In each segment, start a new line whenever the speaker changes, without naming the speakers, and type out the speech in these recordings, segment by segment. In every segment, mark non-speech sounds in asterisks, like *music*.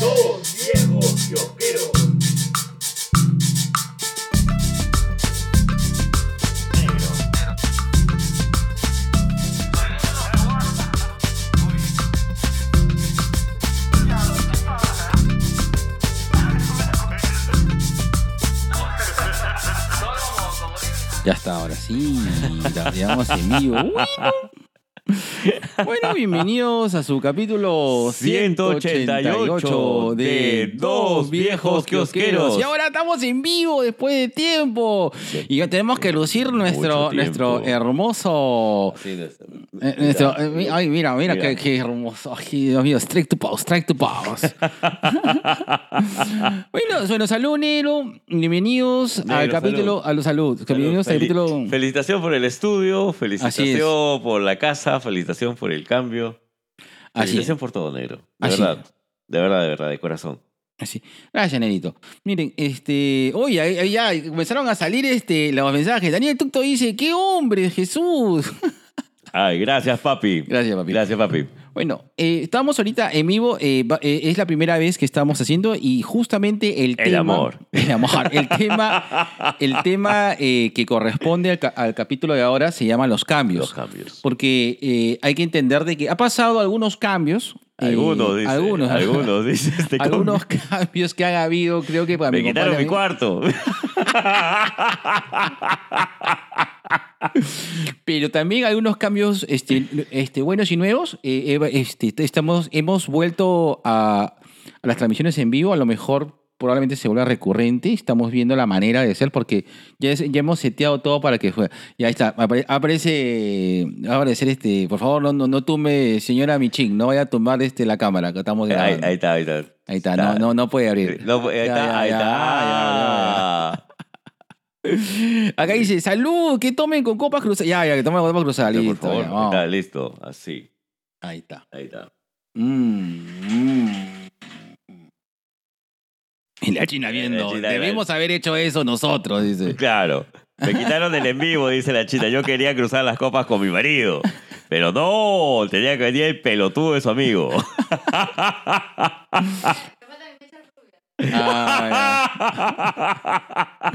Dos viejos kiosqueros. Negro.
Ya está, ahora sí, digamos en vivo. Bueno. Bueno, bienvenidos a su capítulo 188 de Dos Viejos Kiosqueros. Y ahora estamos en vivo después de tiempo. Y ya tenemos que lucir nuestro,
tiempo.
nuestro hermoso.
este,
eh, nuestro- eh, mi- ay, mira, mira,
Mira.
Qué, qué hermoso. Ay, Dios mío, strike to pause, strike to *laughs* pause. bueno, bueno, salud, Nero. Bienvenidos al
Negro,
capítulo. A los salud. Bienvenidos al
Fel-
capítulo.
Felicitación por el estudio, felicitación por la casa, felicitación por el cambio,
Así es.
felicitación por todo negro. De
Así
verdad, de verdad, de verdad, de corazón.
Así. Gracias, Nerito. Miren, este. Oye, ahí- ahí ya comenzaron a salir este, los mensajes. Daniel Tucto dice: ¡Qué hombre, Jesús! *laughs*
Ay, gracias papi.
Gracias, papi.
Gracias papi.
Bueno, eh, estamos ahorita en vivo. eh, va- eh, es la primera vez que estamos haciendo y justamente el,
El
tema.
amor.
*laughs* El amor. El tema, el tema eh, que corresponde al, ca- al capítulo de ahora se llama Los cambios.
Los cambios.
Porque eh, hay que entender de que ha pasado algunos cambios. eh,
Algunos, dice.
Algunos.
Algunos, dice este
*laughs* algunos eh.
cómic.
cambios que han habido, creo que para
Me
mi
quitaron
compadre-
mi cuarto.
Pero también algunos cambios este, este, buenos y nuevos. Eh, Eva, este, te- estamos, hemos vuelto a, a las transmisiones en vivo. A lo mejor probablemente se vuelva recurrente. Estamos viendo la manera de ser porque ya, es- ya hemos seteado todo para que fue. Ya está. apare- aparece. Va a aparecer este. Por favor, no, no, no tumbe, señora Michin. No vaya a tumbar este, la cámara que
*laughs*
estamos
ahí,
grabando.
ahí está, ahí está.
Ahí está, no, no, no puede abrir.
No, ahí
Ya,
está, Ah,
ya,
ahí
ya, ya,
está.
Acá dice, salud, que tomen con copas cruzadas. Ya, ya, que tomen con copas cruzadas.
Ya,
Listo,
por favor,
ya,
ahí
vamos.
está, listo. Así,
Ahí está.
ahí está.
Mm, mm. Y la China viendo,
La Eh, China
debemos haber hecho eso nosotros, dice.
*laughs* Claro. Me quitaron el en vivo, dice la chita. Yo quería cruzar las copas con mi marido. Pero no, tenía que venir el pelotudo de su
*laughs*
amigo.
Ah,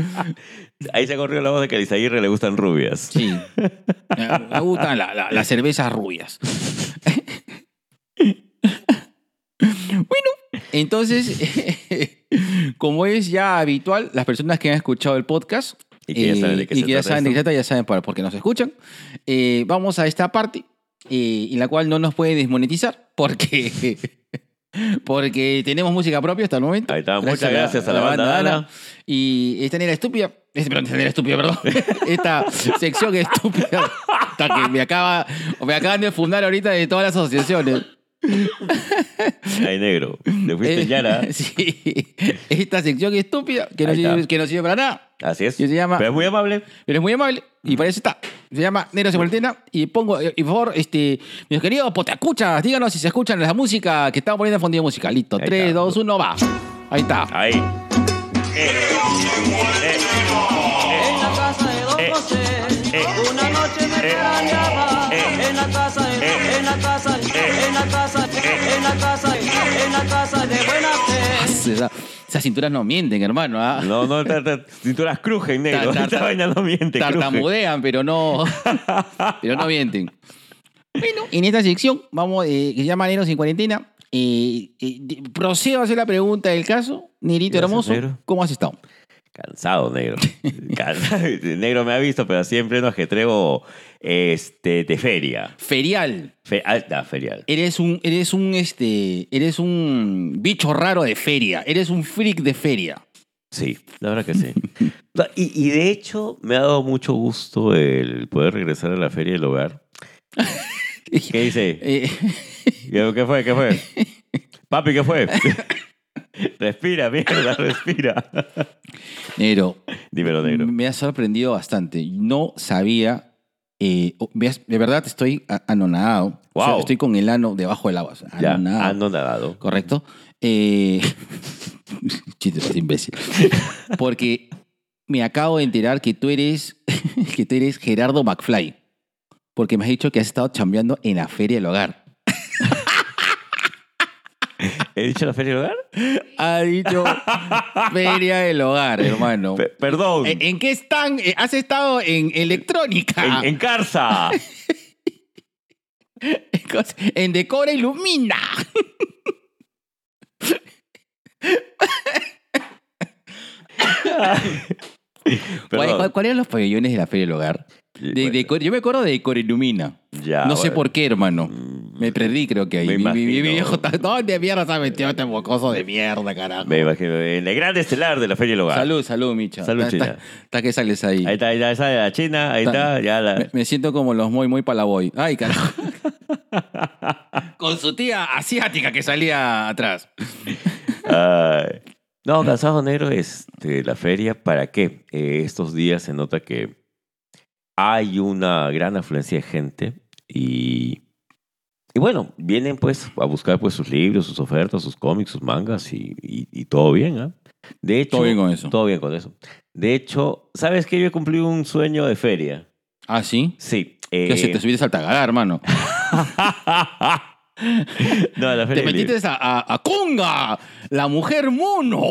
Ahí se corrió la voz de que a Lizaguirre le gustan rubias.
sí. Me me gustan la- la- las cervezas rubias. *laughs* bueno, entonces, *laughs* como es ya habitual, las personas que han escuchado el podcast
Y que ya saben de
Eh,
qué
y
se
que ya
trata
saben de qué
esto.
trata, ya saben por, por qué nos escuchan. Eh, vamos a esta parte, eh, en la cual no nos puede desmonetizar, porque, *laughs* porque tenemos música propia hasta el momento.
Ahí está. Muchas gracias a la banda Dana.
Y esta era estúpida. es- Perdón, esta era
*laughs*
estúpida, perdón. Esta sección estúpida. Hasta que me, acaba, me acaban de fundar ahorita de todas las asociaciones.
Ahí negro. Te fuiste
Eh, *laughs*
Yara.
sí. Esta sección estúpida que no,
Ahí está.
sirve, que no sirve para nada.
Así es.
Y se llama-
Pero es muy amable.
Pero es muy amable y para eso está. Se llama Negros en Cuarentena y pongo, y por favor, este, mis queridos potacuchas, díganos si se escuchan la música que estamos poniendo en fondo de música. Listo,
Ahí
3,
está.
2, 1, va. Ahí está.
Ahí.
En la casa de Don
Eh,
José,
eh,
una noche me
eh,
extrañaba.
eh,
En la casa de,
eh,
en la casa,
eh,
en la casa, en la casa, en la casa de buena fe.
Esa- esas cinturas no mienten, hermano. ¿ah?
No,
*laughs*
no, tar- tar- cinturas crujen, negro.
Tar-
*laughs*
tar-
Esta
tar-
vaina no miente. crujen.
Tartamudean,
*laughs*
pero no. pero no mienten. Bueno, en esta sección, vamos, eh, que se llama Negros en Cuarentena. eh, eh, de- procedo a hacer la pregunta del caso. Nerito
Gracias,
hermoso,
negro.
¿cómo has estado?
Cansado, negro. *laughs* Cansado. El negro me ha visto, pero siempre nos ajetreo este, de feria.
Ferial.
Fe- alta ferial.
Eres un, eres un, este, eres un bicho raro de feria. Eres un freak de
*laughs*
feria.
Sí, la verdad que
*laughs*
sí. No, Y, y de hecho, me ha dado mucho gusto el poder regresar a la feria del hogar. ¿Qué dice?
Eh,
¿Qué fue? ¿Qué fue? Papi, ¿qué fue? *laughs* respira, mierda, respira.
Nero,
Dímelo, negro.
me ha sorprendido bastante. No sabía, eh, o- me has- de verdad estoy a- anonadado. O sea,
Wow.
estoy con el ano debajo del agua. o sea,
Ya,
anonadado.
ando nadado.
Correcto. Eh, *laughs* chiste
*laughs*
más imbécil. Porque me acabo de enterar que tú eres, *laughs* que tú eres Gerardo McFly. Porque me has dicho que has estado chambeando en la feria del hogar.
¿He dicho la feria del hogar? *laughs*
Ha dicho Feria del Hogar, hermano. Eh,
Pe- perdón.
¿En en qué están? Eh, ¿Has estado en electrónica?
En, en
*laughs*
Carza.
Cos- En Decora Ilumina. ¿Cuál-
Perdón.
cuál- ¿Cuáles eran los pabellones de la Feria del Hogar? De-
Bueno,
Decora- yo me acuerdo de Decora Ilumina.
ya,
no sé
Ah, bueno.
por qué, hermano.
Mm,
Me perdí, creo que ahí.
Me
Mi- mi- mi
imagino.
viejo está- *laughs* ¿Dónde mierda se ha metido este mocoso de mierda, carajo?
Me imagino. En el gran estelar de la feria del hogar.
Salud, salud, Micha.
Salud,
Está-
China.
está- Está que sales ahí.
Ahí está, ya está la China, ahí
Está-
está, ya la...
Me, me siento como los muy, muy palaboy. Ay, carajo.
*laughs*
Con su tía asiática que salía atrás.
Ay. No, Cansado Negro, este, la feria, ¿para qué? Eh, estos días se nota que hay una gran afluencia de gente y, y bueno, vienen pues a buscar pues sus libros, sus ofertas, sus cómics, sus mangas y, y- y todo bien, ¿ah? De hecho,
Todo bien con eso.
todo bien con eso. De hecho, ¿sabes qué? Yo he cumplido un sueño de feria.
Ah, sí.
Sí.
Que se
eh,
te subiste al tagadá, hermano.
*laughs* no, la feria
Te
del libro.
metiste a, a, a Conga, la mujer mono.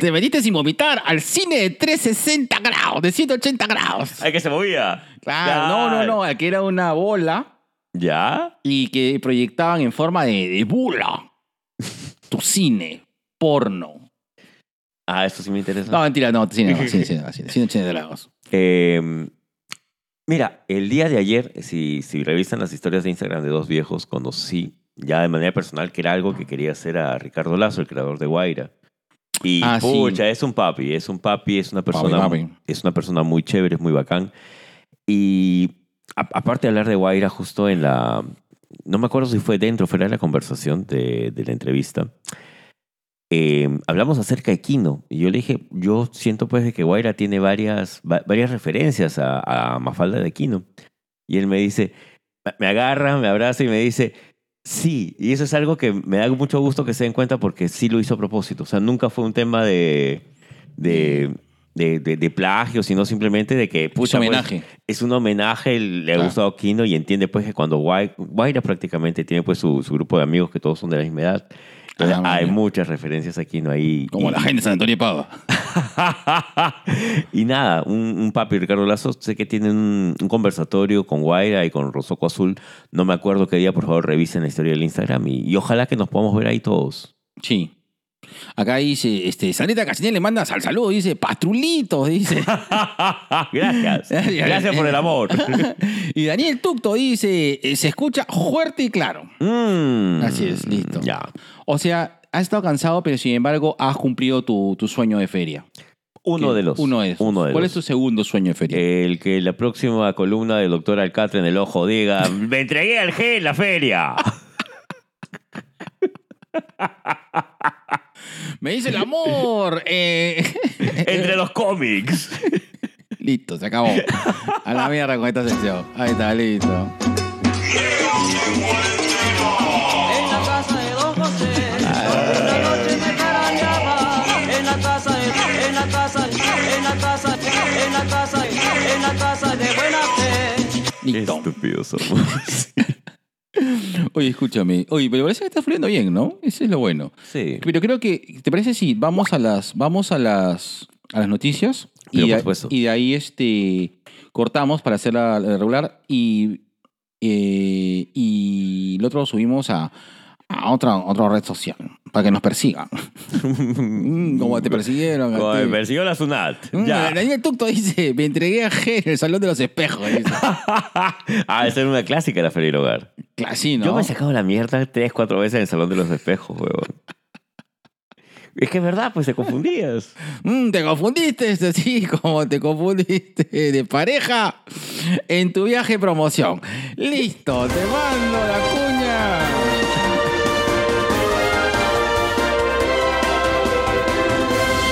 Te metiste sin vomitar al cine de 360 grados, de 180 grados.
Ay, que se movía.
Claro, no, no, no. Aquí era una bola
¿Ya?
y que proyectaban en forma de, de bula. Tu cine, porno.
Ah, eso sí me interesa.
No, mentira, no, cine, no, cine, cine, no, cine, cine, cine de lagos.
Eh, mira, el día de ayer, si, si revisan las historias de Instagram de dos viejos, conocí ya de manera personal que era algo que quería hacer a Ricardo Lazo, el creador de Guaira. Y
Ah, sí.
pucha, es un papi, es un papi, es una persona,
papi.
es una persona muy chévere, es muy bacán. Y a- aparte de hablar de Guaira, justo en la, no me acuerdo si fue dentro o fuera de la conversación de, de la entrevista, eh, hablamos acerca de Kino. Y yo le dije, yo siento pues de que Guaira tiene varias, va- varias referencias a, a Mafalda de Kino. Y él me dice, me agarra, me abraza y me dice, sí. Y eso es algo que me da mucho gusto que se den cuenta porque sí lo hizo a propósito. O sea, nunca fue un tema de... de de, de- de plagio, sino simplemente de que... pucha,
Puso
pues,
homenaje.
es un homenaje, le ha
Claro.
gustado Kino y entiende pues que cuando Guay- Guaira prácticamente tiene pues su, su grupo de amigos que todos son de la misma edad, Entonces,
Ah,
hay
mira.
muchas referencias a Kino ahí.
Como
y,
la gente de San Antonio Pava.
*laughs* y nada, un, un papi Ricardo Lazo, sé que tienen un, un conversatorio con Guaira y con Rosoco Azul, no me acuerdo qué día, por favor revisen la historia del Instagram y, y ojalá que nos podamos ver ahí
*laughs*
todos.
Sí. Acá dice, este, Sandrita Castañeda le manda sal saludo, dice,
*laughs*
pastrulitos, dice.
Gracias. Gracias por el
*laughs*
amor.
y Daniel Tucto dice, eh, se escucha fuerte y claro.
Mm.
Así es, listo.
Ya.
O sea, has estado cansado, pero sin embargo has cumplido tu, tu sueño de feria.
Uno
¿Qué?
de los.
Uno de esos.
Uno de
¿Cuál
los. Eh.
es tu segundo sueño de feria?
El que la próxima columna del doctor Alcatra en el ojo
*laughs*
diga, me entregué al G en la feria.
Me dice el amor. *laughs* eh. *laughs*
Entre los cómics.
listo, se acabó. A la mierda con esta sección. Ahí está, listo.
En la casa de Don José, una noche me carangaba. En la casa de, en la casa, en la casa, en la casa, en la casa de buena fe.
Listo. *laughs*
Estúpidos somos.
Oye, escúchame. Oye, pero parece que está fluyendo bien, ¿no? Eso es lo bueno.
Sí.
Pero creo que, ¿te parece si vamos a las, vamos a las, a las noticias?
Pero
y,
por
a-
supuesto.
y de ahí este, cortamos para hacerla la regular y, eh, y lo otro subimos a, a otra, otra red social para que
*laughs*
nos persigan. Mm, Como te persiguieron. a
Como me
ti.
persiguió la Sunat.
Este- Mm,
Ya.
Daniel Tucto dice, me entregué a G en el Salón de los Espejos.
*laughs*
dice.
*laughs* Ah, esa era una clásica de la feria del hogar.
Clasí, ¿no?
Yo me he sacado la mierda tres, cuatro veces en el salón de los espejos, huevón. Es que es verdad, pues te
*laughs*
confundías.
Mm, te confundiste, *laughs* es así como te confundiste de pareja en tu viaje promoción. Listo, te mando la cuña.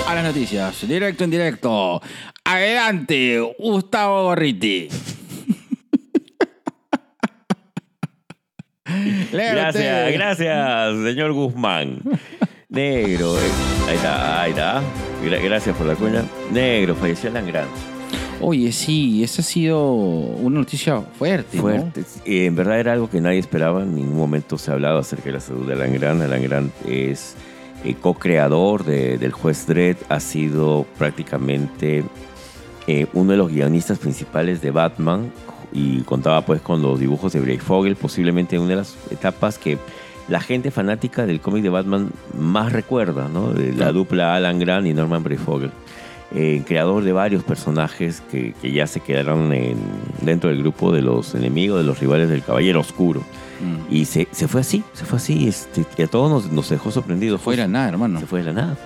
A las noticias, directo en directo. Adelante, Gustavo Gorriti.
*laughs*
Lea
Gracias,
usted.
gracias, señor Guzmán. Negro, eh, ahí está, ahí está. Gra- gracias por la cuña. Negro, falleció Alan Grant.
Oye, sí, esa ha sido una noticia fuerte. ¿no?
Fuerte. Eh, en verdad era algo que nadie esperaba. En ningún momento se ha hablado acerca de la salud de Alan Grant. Alan Grant es eh, co-creador de- del juez Dredd. Ha sido prácticamente eh, uno de los guionistas principales de Batman. Y contaba pues con los dibujos de Blake Fogel. Posiblemente una de las etapas que la gente fanática del cómic de Batman más recuerda, ¿no? De la dupla Alan Grant y Norman Blake Fogel. eh, creador de varios personajes que, que ya se quedaron en- dentro del grupo de los enemigos, de los rivales del Caballero Oscuro.
Mm.
Y se, se fue así, se fue así, este, que a todos nos, nos dejó sorprendidos. pues.
Fuera nada, hermano.
Se fue de la nada.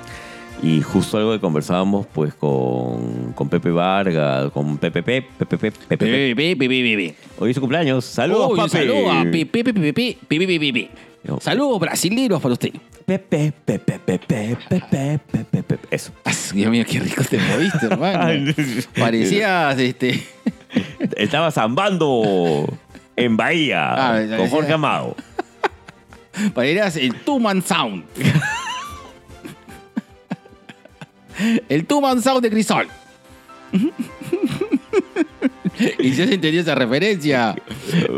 Y justo algo que conversábamos pues con, con Pepe Vargas, con Pepe Pepe, Pepe Pepe, Pepe, Pepe.
Pe, pe, pe, pe, pe, pe.
Hoy es su cumpleaños. Saludos,
Oye,
Pepe.
saludos a pe, pe, pe, pe, pe, pe, pe, pe, pe.
Yo.
Saludos brasileros para usted.
Pepe, Pepe, Pepe, Pepe, Pepe, Pepe. Eso.
Ah, Dios mío, qué rico te
*laughs*
moviste, hermano. Parecías este.
Estaba zambando en Bahía
Ah, ya
con
decía.
Jorge Amado.
Parecías el Tuman Sound. El Tuman Sound de Crisol. Y ya se entendió esa referencia.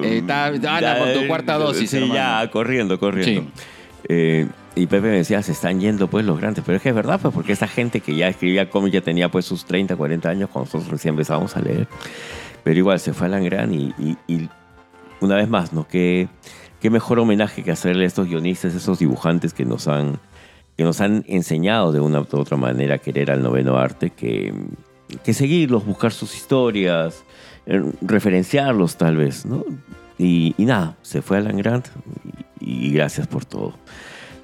Eh, Está, está Ana por tu cuarta dosis,
sí,
hermano.
ya, corriendo, corriendo.
Sí.
Eh, y Pepe me decía, se están yendo pues los grandes. Pero es que es verdad, pues, porque esa gente que ya escribía cómics ya tenía pues sus 30, 40 años cuando nosotros recién empezábamos a leer. Pero igual, se fue Alan Grant y, y- y una vez más, ¿no? Qué, qué mejor homenaje que hacerle a estos guionistas, a esos dibujantes que nos han que nos han enseñado de una u otra manera a querer al noveno arte, que, que seguirlos, buscar sus historias, eh, referenciarlos tal vez, ¿no? Y, y nada, se fue Alan Grant y, y gracias por todo.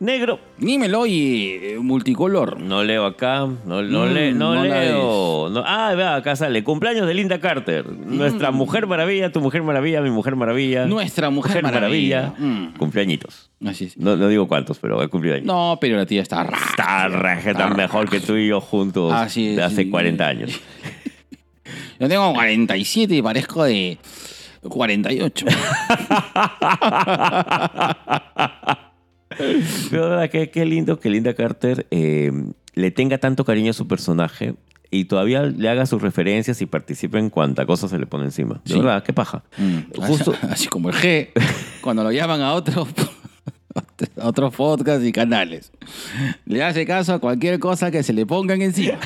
Negro,
Dímelo, oye, multicolor.
no leo acá, no, no,
Mm,
le- no
no la
leo. No- ah, vea, acá sale, cumpleaños de Linda Carter,
Mm.
nuestra mujer maravilla, tu mujer maravilla, mi mujer maravilla.
Nuestra Mujer, Maravilla. Mm,
Cumpleañitos.
así es.
No, no digo cuántos, pero va a cumplir años.
No, pero la tía está rara. *laughs*
Está raje tan mejor que tú y yo juntos
Así es,
de hace
sí.
40 años.
Yo tengo 47 y parezco de
*laughs*
48.
Pero de verdad, qué, qué lindo que Linda Carter eh, le tenga tanto cariño a su personaje y todavía le haga sus referencias y participe en cuanta cosa se le pone encima. De
Sí.
verdad, qué paja.
Mm, *laughs*
Justo-
así, así como el G, cuando lo llaman a otros *laughs* a otros podcasts y canales. Le hace caso a cualquier cosa que se le pongan encima.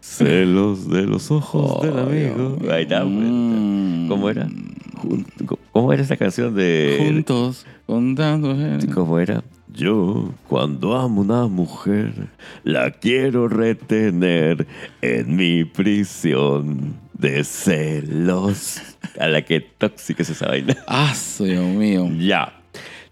Celos de los ojos del amigo. Oh, Ahí está. pues.
Mm.
¿Cómo era? ¿Cómo era esa canción de...
Juntos, contando.
¿Cómo era? Yo, cuando amo una mujer, la quiero retener en mi prisión de celos. A la que tóxica es esa vaina.
Ah, su Dios mío.
Ya.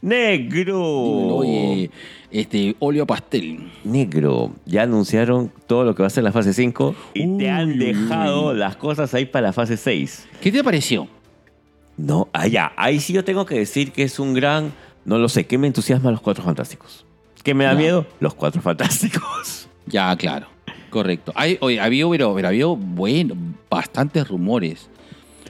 Negro.
Dímelo, Oye, este, óleo pastel.
Negro. Ya anunciaron todo lo que va a ser la fase 5 y te
Uy,
han
uy,
dejado las cosas ahí para la fase 6.
¿Qué te pareció?
No, allá. Ahí sí yo tengo que decir que es un gran. No lo sé. ¿Qué me entusiasma los cuatro fantásticos? ¿Qué me da
Ya.
miedo? Los cuatro fantásticos.
Ya, claro. Correcto. Hay, oye, había, pero, pero había, bueno, bastantes rumores.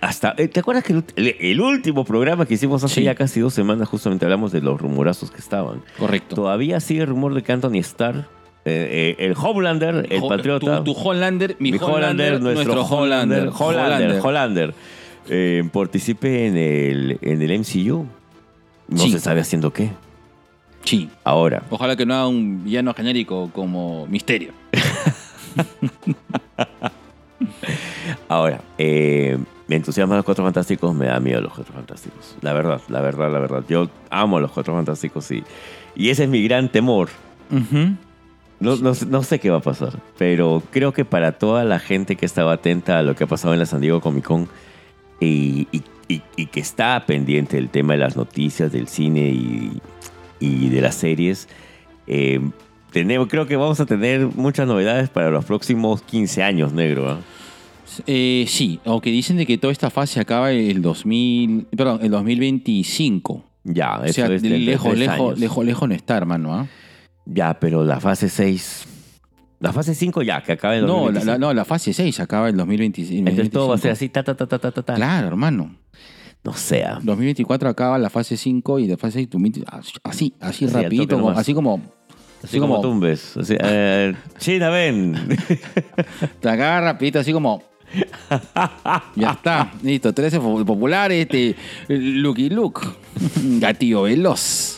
Hasta, eh, ¿Te acuerdas que el, ult- el- el último programa que hicimos hace
Sí.
ya casi dos semanas justamente hablamos de los rumorazos que estaban?
Correcto.
Todavía sigue el rumor de que Anthony Starr, eh, eh, el Homelander, el
Jo-
patriota.
Tu, tu Hollander, mi,
mi
Hollander, nuestro Hollander.
Hollander, Hollander, eh, participe en el, en el MCU. No
Sí.
se sabe haciendo qué.
Sí.
Ahora.
Ojalá que no haga un villano genérico como Misterio.
Ahora, eh, me entusiasman los Cuatro Fantásticos, me da miedo los Cuatro Fantásticos. La verdad, la verdad, la verdad. Yo amo a los Cuatro Fantásticos y, y ese es mi gran temor. No, no sé- no sé qué va a pasar, pero creo que para toda la gente que estaba atenta a lo que ha pasado en la San Diego Comic Con y, y- y- y que está pendiente del tema de las noticias, del cine y, y de las series, eh, tenemos, creo que vamos a tener muchas novedades para los próximos 15 años, negro. ¿ah?
Eh, sí, aunque dicen de que toda esta fase acaba el 2000, perdón, el 2025.
Ya,
o sea,
eso es
de
dentro de
lejos,
tres
lejos,
años.
lejos, lejos no está, hermano. ¿ah?
Ya, pero la fase 6. La fase 5 ya, que acabe en
No, la,
2025.
la- no, la fase 6 acaba el 2025.
Entonces todo va a ser así, ta, ta, ta, ta, ta, ta, ta.
Claro, hermano.
No sea.
2024 acaba la fase 5 y la fase 6, tú- así, así
al toque
rapidito, como-
nomás.
así como
Así como,
como-
tumbes. Así, eh, *laughs* China, ven.
Te agarra rapidito, así como. Ya está, listo. 13 fo- popular, este. Lucky Luke. *laughs* Gatillo veloz.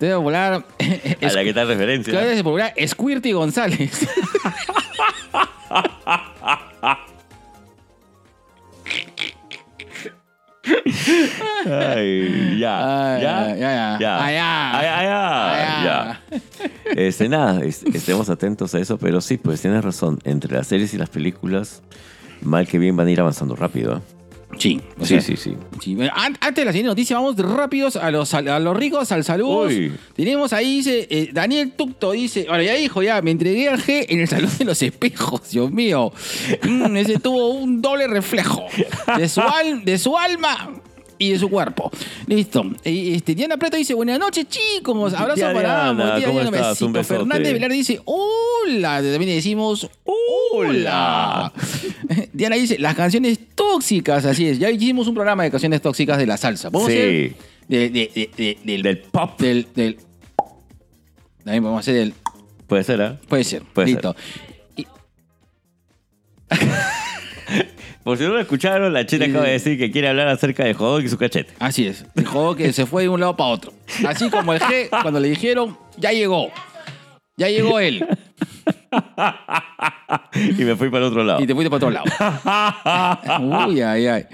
13 popular.
a la que tal referencia.
13 popular, Squirty González.
Ay, ya,
Ay,
ya,
ay, ya, ya. Ay, ya.
Ay, ay, ya, Ah,
Ay,
ya.
ya.
Este, nada, es- estemos atentos a eso, pero sí, pues tienes razón. Entre las series y las películas, mal que bien van a ir avanzando rápido. ¿eh?
Sí, o
Sí,
sea,
sí, sí.
sí. Bueno, an- Antes de la siguiente noticia, vamos rápidos a los, a los ricos, al saludo.
Uy.
Tenemos ahí, dice, eh, Daniel Tucto dice, ahora ya dijo, ya, me entregué al G en el salón de los espejos, *laughs* Dios mío. Mm, ese tuvo un doble reflejo de su, al- de su alma. Y de su cuerpo. Listo. Eh, Este, Diana Plata dice, buenas noches, chicos. Abrazo
Tía
para ambos.
Diana,
Tía
¿cómo
Diana,
estás?
besito.
Un besote.
Fernández Velarde dice, hola. También le decimos,
Hola.
hola. *laughs* Diana dice, las canciones tóxicas, así es. Ya hicimos un programa de canciones tóxicas de la salsa. Vamos
Sí.
a hacer de- de- de- de- del,
Del pop.
Del, del- También vamos a hacer del...
Puede ser, ¿ah?
Puede ser.
Puede
Listo.
Por si no lo escucharon, la china
Sí,
acaba
sí.
de decir que quiere hablar acerca de Jodok y su cachete. *laughs*
Así es. El juego que se fue de un lado para otro. Así como el G, cuando le dijeron, ya llegó. Ya llegó él.
Y me fui para el otro lado.
Y te fuiste para otro
*laughs*
lado. Uy, ay, ay.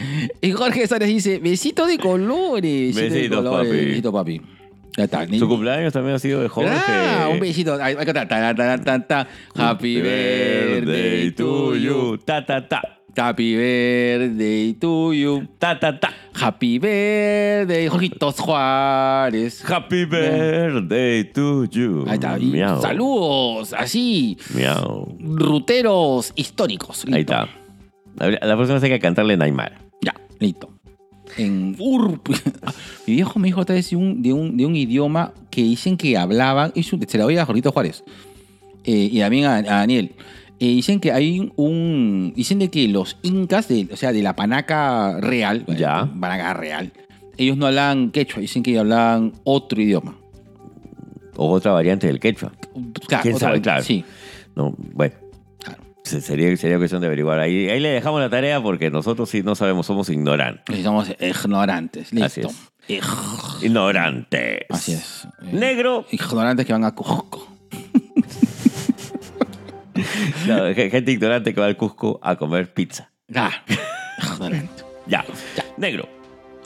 Y Jorge Sárez dice, besito de colores. de
Besitos,
colores.
papi.
Besito, papi. Ya está.
Su cumpleaños también ha sido de Jodok.
Ah,
que-
un besito. Ahí acá está, ta, ta, ta, ta, ta. Happy birthday to you.
Ta, ta, ta.
Happy birthday to you.
Ta, ta, ta.
Happy birthday, Jorgitos Juárez.
Happy birthday to you.
Ahí está. y
Miau.
saludos, así.
Miau.
Ruteros históricos.
Ahí
Listo.
está. A ver, a La próxima vez hay que cantarle Neymar.
Ya, listo. En Urp. *laughs* Mi viejo me dijo otra vez de un, de un, de un idioma que dicen que hablaban. y su- se la oí a Jorgito Juárez. eh, y también a, a Daniel. Eh, dicen que hay un. Dicen de que los incas, de, o sea, de la panaca real.
Ya.
eh, Panaca real. Ellos no hablaban quechua, dicen que hablaban otro idioma.
O otra variante del quechua.
Claro,
¿Quién
otra
sabe?
vez,
Claro.
Sí.
No, bueno.
Claro.
Se- Sería, sería cuestión de averiguar. Ahí, ahí le dejamos la tarea porque nosotros sí no sabemos, somos ignorantes.
Somos ignorantes. Listo.
Así
Ig-
Ignorantes.
Así es. Eh, *laughs*
Negro.
Ignorantes que van a Cusco.
No, ge- gente ignorante que va al Cusco a comer pizza. *laughs*
Ah, ignorante.
Ya. Negro.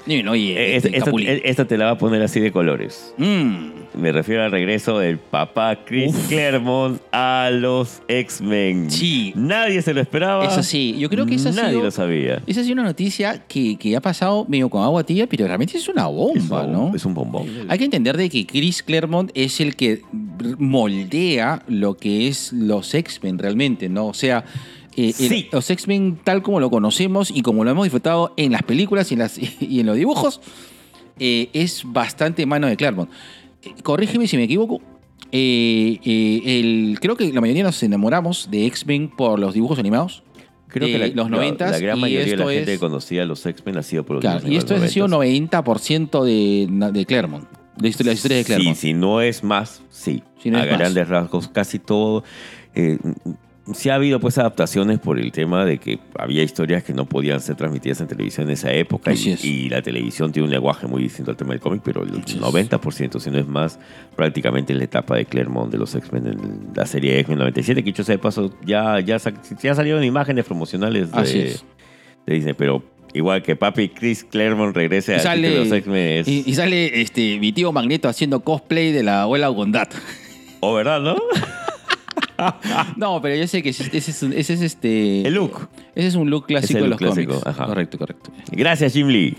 Dime,
Eh,
oye,
Esta,
este,
esta-
Capulín.
esta te la va a poner así de colores.
Mm.
Me refiero al regreso del papá Chris Claremont a los X-Men.
Sí.
Nadie se lo esperaba.
Eso sí, yo creo que esa ha
Ah, Nadie
sido-
lo sabía.
Esa es una noticia que, que ha pasado medio con agua tía, pero realmente es una bomba,
Es un-
¿no? Eh,
Es un bombón.
Hay que entender de que Chris Claremont es el que moldea lo que es los X-Men realmente, ¿no? O sea, eh, el-
Sí.
los X-Men tal como lo conocemos y como lo hemos disfrutado en las películas y en, las, *laughs* y en los dibujos, eh, es bastante mano de Claremont. Eh, corrígeme si me equivoco. eh, eh, el, creo que la mayoría nos enamoramos de X-Men por los dibujos animados.
Creo que
Eh,
la,
los
la- la,
90s
gran
y
mayoría de la
esto
gente
es-
que conocía a los X-Men ha sido por los
Claro,
Disney
y
de
esto
los
ha sido
90s.
90% de, de Claremont, de historia, las historias de Claremont.
Sí, si no es más, sí.
Si no
a
es más.
grandes rasgos, casi todo. eh, sí ha habido pues adaptaciones por el tema de que había historias que no podían ser transmitidas en televisión en esa época.
Así
Y,
es.
y la televisión tiene un lenguaje muy distinto al tema del cómic, pero el
Así es.
90%, si no es más, prácticamente es la etapa de Claremont de los X-Men, en la serie X-Men 97, que yo sé de paso, ya, ya, sa- ya salieron imágenes promocionales de,
Así es.
de Disney, pero igual que papi Chris Claremont regrese a
sale-
los X-Men es...
Y, y sale este, mi tío Magneto haciendo cosplay de la abuela Gondat.
O verdad, ¿no?
No, pero yo sé que ese ese es, un- ese es este.
Ah. El look.
Ese es un look clásico
Ese
de
look
los
clásico,
cómics.
ajá.
Correcto, correcto.
Gracias, Jim Lee.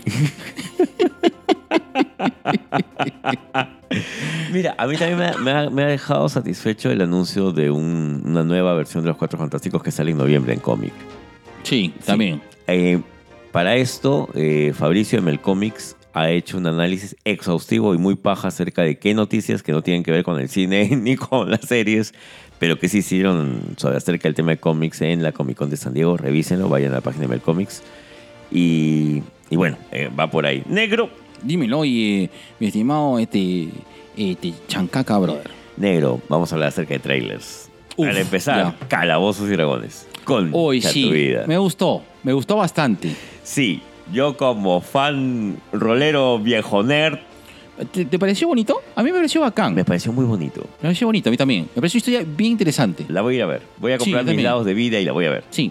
Mira, a mí también me ha, me ha- me ha dejado satisfecho el anuncio de un- una nueva versión de Los Cuatro Fantásticos que sale en noviembre en cómic.
Sí, también.
Eh, para esto, eh, Fabricio de Melcomics ha hecho un análisis exhaustivo y muy paja acerca de qué noticias que no tienen que ver con el cine *laughs* ni con las series, pero que se hicieron sobre acerca del tema de cómics en la Comic Con de San Diego. Revísenlo, vayan a la página de Melcomics. Y, y bueno, eh, va por ahí. Negro.
Dímelo, y mi estimado este, este Chancaca, brother.
Negro, vamos a hablar acerca de trailers.
Uf,
Para empezar,
ya.
Calabozos y Dragones. Con
Hoy
tu
sí,
vida.
me gustó, me gustó bastante.
Sí, yo como fan rolero viejo nerd,
¿Te, te pareció bonito? A mí me pareció bacán.
me
Me
pareció muy bonito.
pareció bonito, a mí también. Me pareció una historia bien interesante.
La voy a ir a ver. Voy a
Sí,
comprar
yo
mis
también.
lados de vida y la voy a ver.
Sí.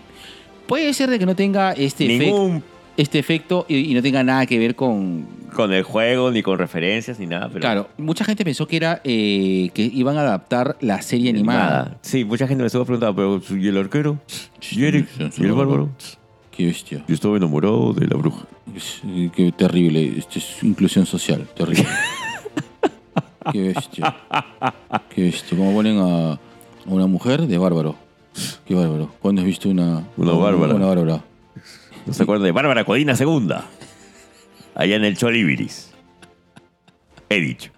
Puede ser de que no tenga este, efect-
Ningún
este efecto y, y no tenga nada que ver con...
con el juego, ni con referencias, ni nada. Pero
Claro, mucha gente pensó que era eh, que iban a adaptar la serie animada.
Nada. Sí, mucha gente me estuvo preguntando, pero ¿y el arquero? ¿Y Eric? ¿Y el bárbaro?
Qué bestia. eh,
Yo estaba enamorado de la bruja.
Qué terrible. Esto es inclusión social.
*laughs*
Terrible. Qué bestia. Qué bestia. Como ponen a, a una mujer de bárbaro. Qué bárbaro. ¿Cuándo has visto una,
Una bárbara.
Una bárbara.
¿No se acuerdan de Bárbara Codina II? Allá en el Cholibiris. He dicho.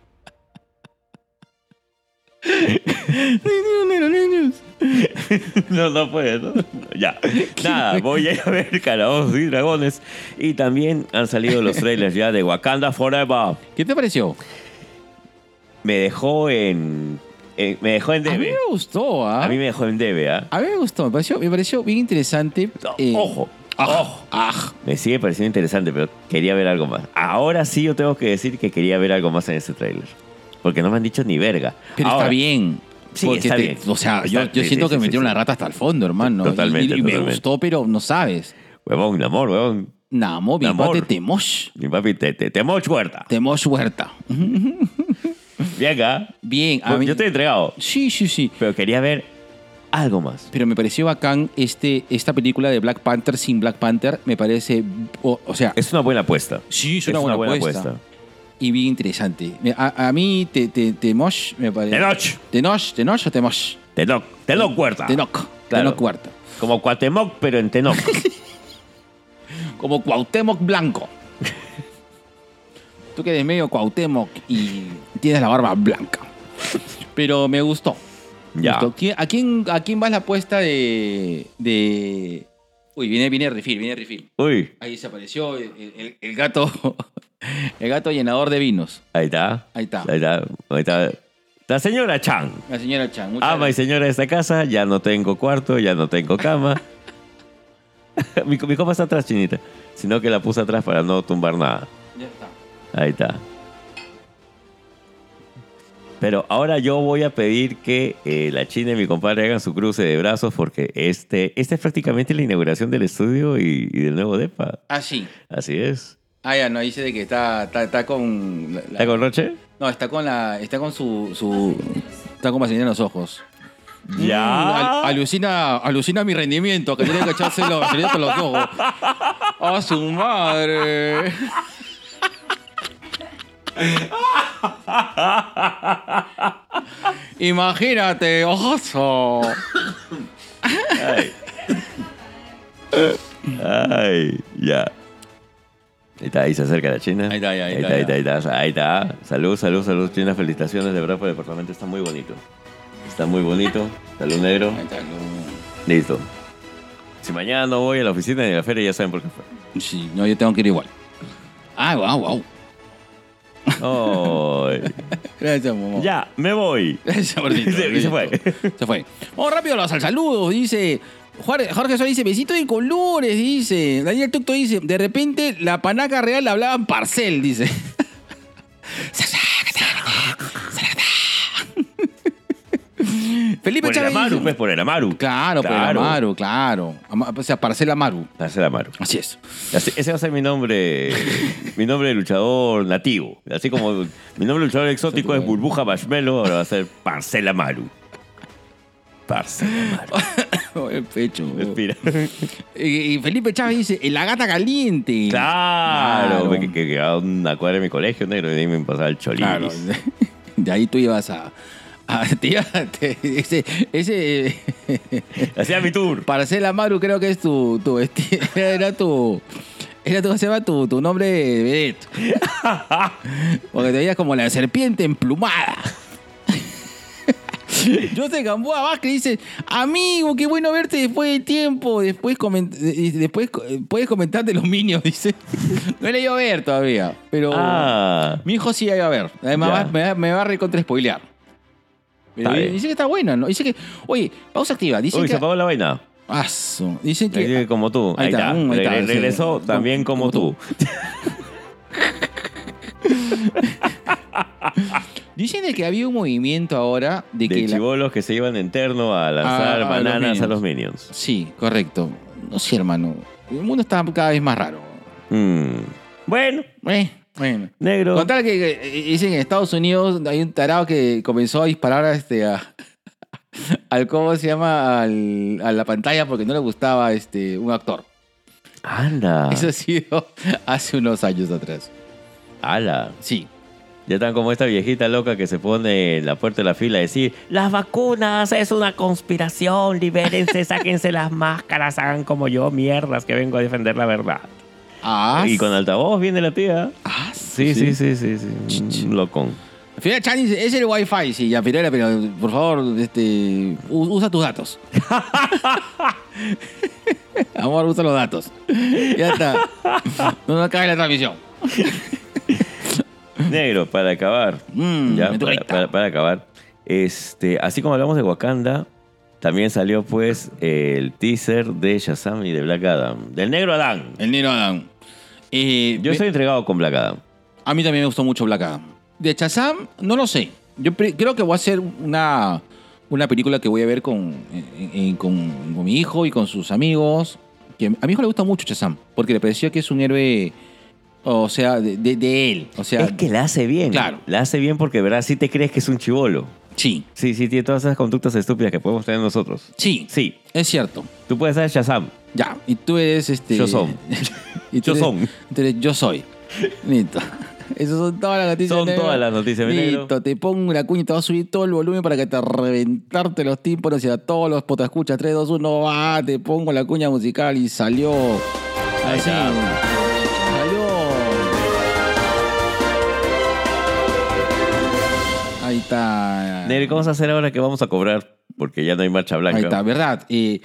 No, no puede, ¿no? Ya. Nada, voy a ir a ver Calabozos y Dragones. Y también han salido los trailers ya de Wakanda Forever.
¿Qué te pareció?
Me dejó en. en- me dejó en
A mí
debe.
me gustó, ¿ah?
A mí me dejó en debe, ¿ah?
A mí me gustó, me pareció, me pareció bien interesante. eh, ah.
Ojo. Ojo.
aj.
Me sigue pareciendo interesante, pero quería ver algo más. Ahora sí yo tengo que decir que quería ver algo más en ese tráiler. Porque no me han dicho ni verga.
Pero
Ahora,
está bien.
Sí, está bien.
O sea, yo,
Está-
yo
sí,
siento
sí,
que
sí,
metieron
sí.
la rata hasta el fondo, hermano. Y-
Totalmente,
Y, y me
totalmente.
gustó, pero no sabes.
Huevón, amor, huevón.
Nada, mi
Namor.
pate Temosh.
Mi papi, te, te, te mocho huerta.
Temosh Huerta.
Bien acá.
Bien, a mí-
Pues Yo te he entregado.
Sí, sí, sí.
Pero quería ver algo más.
Pero me pareció bacán este, esta película de Black Panther sin Black Panther. Me parece. O, o sea,
Es una buena apuesta.
sí, es una buena, apuesta. Y bien interesante. Me- A, a mí, te, te, Temosh me parece.
Tenoch.
Tenoch, Tenoch o Temosh.
Tenoch. Tenoch huerta.
Tenoch.
Claro.
Tenoch Huerta.
Como Cuatemoc, pero en
*laughs*
Tenoch.
Como Cuauhtémoc Blanco. Tú que eres medio Cuauhtémoc y tienes la barba blanca. Pero me gustó. Me
ya.
gustó. ¿Qui- ¿A quién, ¿A quién va la apuesta de, de... Uy, viene, viene Refil, viene Refil.
Uy,
Ahí se apareció el, el- el gato. *laughs* El gato llenador de vinos.
ahí está.
Ahí está.
Ahí está. Ahí está. La señora Chang.
La señora Chan. muchas
Ama y
gracias.
Ah, señora de esta casa, ya no tengo cuarto, ya no tengo
*laughs*
cama. mi, co- mi copa está atrás, chinita. Sino que la puse atrás para no tumbar nada.
Ya está.
Ahí está. Pero ahora yo voy a pedir que eh, la China y mi compadre hagan su cruce de brazos porque este, esta es prácticamente la inauguración del estudio y, y del nuevo DEPA.
Ah, sí.
Así es.
Ah, ya, no, dice de que está, está, está con... la- la-
¿Está con Roche?
No, está con la. Está con su. su está con vaselina en los ojos. Mm, al-
Ya.
alucina, alucina mi rendimiento, que tiene que
*laughs*
echarse la vaselina con los ojos. ¡A su madre! Imagínate, ojoso.
Ay, ya. Ahí está, ahí se acerca la China.
Ahí está, ahí está,
Ahí está, ahí está, ahí está. Ahí está. Salud, salud, salud, China. Felicitaciones, de verdad, por el departamento. Está muy bonito. Está muy bonito. Salud, negro.
Ahí está, no.
Listo. Si mañana no voy a la oficina ni a la feria, ya saben por qué fue.
Sí, no, yo tengo que ir igual. Ah, wow, wow.
Ay.
Gracias, mamá.
ya, me voy.
*laughs* Ese gordito,
Y *laughs* se- y se fue.
gordito. *laughs* Se fue. Vamos rápido a los saludos, dice. Jorge Jorge Suárez dice, besito de colores, dice. Daniel Tucto dice, de repente la panaca real la hablaban parcel, dice. *laughs* Felipe
Por el
Chávez
Amaru,
dice-
pues, por el Amaru.
Claro, por el Amaru, claro. Ama- o sea, parcel Amaru.
Hace el Amaru.
Así es. *laughs*
Así- ese va a ser mi nombre, mi nombre de luchador nativo. Así como mi nombre de luchador exótico es Burbuja Marshmello, ahora va a ser Parcela Maru. Parcela Maru.
el pecho. *laughs*
Respira.
Y y Felipe Chávez dice, la gata caliente.
Claro,
Claro.
que que quedaba una cuadra de mi colegio negro y de ahí me pasaba el choliris.
Claro, *laughs* de ahí tú ibas a. a- *laughs* te iba- te- ese. ese *laughs*
Hacía mi tour.
Parcela Maru, creo que es tu. tu vesti- *laughs* era tu. Era tu, se llama tu, tu nombre de vedette. Porque te veías como la serpiente emplumada. *laughs* José Gamboa Vázquez dice, amigo, qué bueno verte después de tiempo. Después, coment- eh, después co- eh, puedes comentar de los minions, *laughs* dice. No he leído ver todavía, pero...
Ah,
Mi hijo sí iba a ver. Eh,
Ya.
Además, me va, me va a recontra spoilear. Pero
Está bien.
dice que está buena, ¿no? Dice que. Oye, pausa activa. Dicen
Uy,
que.
se apagó la vaina.
Ah, su- Dicen
Así que
que.
como tú. Ahí,
Ahí está,
está.
mm, ahí está,
Regre-
sí.
regresó
Como-
también como tú.
como Dicen de que había un movimiento ahora de,
De
que. la-
chivolos que se iban en terno a lanzar
a los
bananas a
Minions.
los minions.
Sí, correcto. No sé, hermano. El mundo está cada vez más raro.
Mm. Bueno,
Eh, bueno.
negro.
Con tal que, que, eh, dicen que en Estados Unidos hay un tarado que comenzó a disparar a este a- *laughs* al cómo se llama al- a la pantalla porque no le gustaba este un actor.
Anda.
Eso ha sido *laughs* hace unos años atrás.
Ala.
Sí.
Ya están como esta viejita loca que se pone en la puerta de la fila a decir, las vacunas es una conspiración, *laughs* libérense, sáquense las máscaras, hagan como yo, mierdas, que vengo a defender la verdad.
Ah,
y con altavoz viene la tía.
ah,
Sí, sí, sí, sí, Mm. sí.
Ch- ch-
Un Locón.
Al final, Chani, dice, es el Wi-Fi. Sí, ya, Pirela, pero por favor, este, u- usa tus datos. *laughs* Amor, usa los datos. Ya está. No nos cae la transmisión.
Negro, para acabar.
Mm,
ya,
me toca
para,
ahorita.
para- para acabar. Este, así como hablamos de Wakanda, también salió pues el teaser de Shazam y de Black Adam. Del negro Adam.
El Nero Adam. Eh,
Yo
me-
estoy entregado con Black Adam.
A mí también me gustó mucho Black Adam. De Chazam, no lo sé. Yo pre- creo que voy a hacer una, una película que voy a ver con, en- en- con, con mi hijo y con sus amigos. Que a mi hijo le gusta mucho Chazam, porque le pareció que es un héroe, o sea, de, de- de él. O sea,
Es que la hace bien.
Claro.
La hace bien porque, de ¿verdad? Sí te crees que es un chivolo.
sí,
Sí, sí, tiene todas esas conductas estúpidas que podemos tener nosotros.
sí,
Sí.
es cierto.
Tú puedes ser Shazam.
Ya, y tú eres este...
Yo soy.
*laughs* y
Yo
tú eres-
soy.
tú eres yo soy. Listo. *laughs* Esas son todas las noticias.
Son
negro.
todas las noticias, mi negro.
Listo, te pongo una cuña y te va a subir todo el volumen para que te reventarte los tímpanos y a todos los potascuchas. 3, 2, 1, va, te pongo la cuña musical y salió. Así.
está.
Salió. Ahí está.
Negro, ¿qué vamos a hacer ahora que vamos a cobrar? Porque ya no hay marcha blanca.
Ah. Ahí está, ¿verdad? Eh,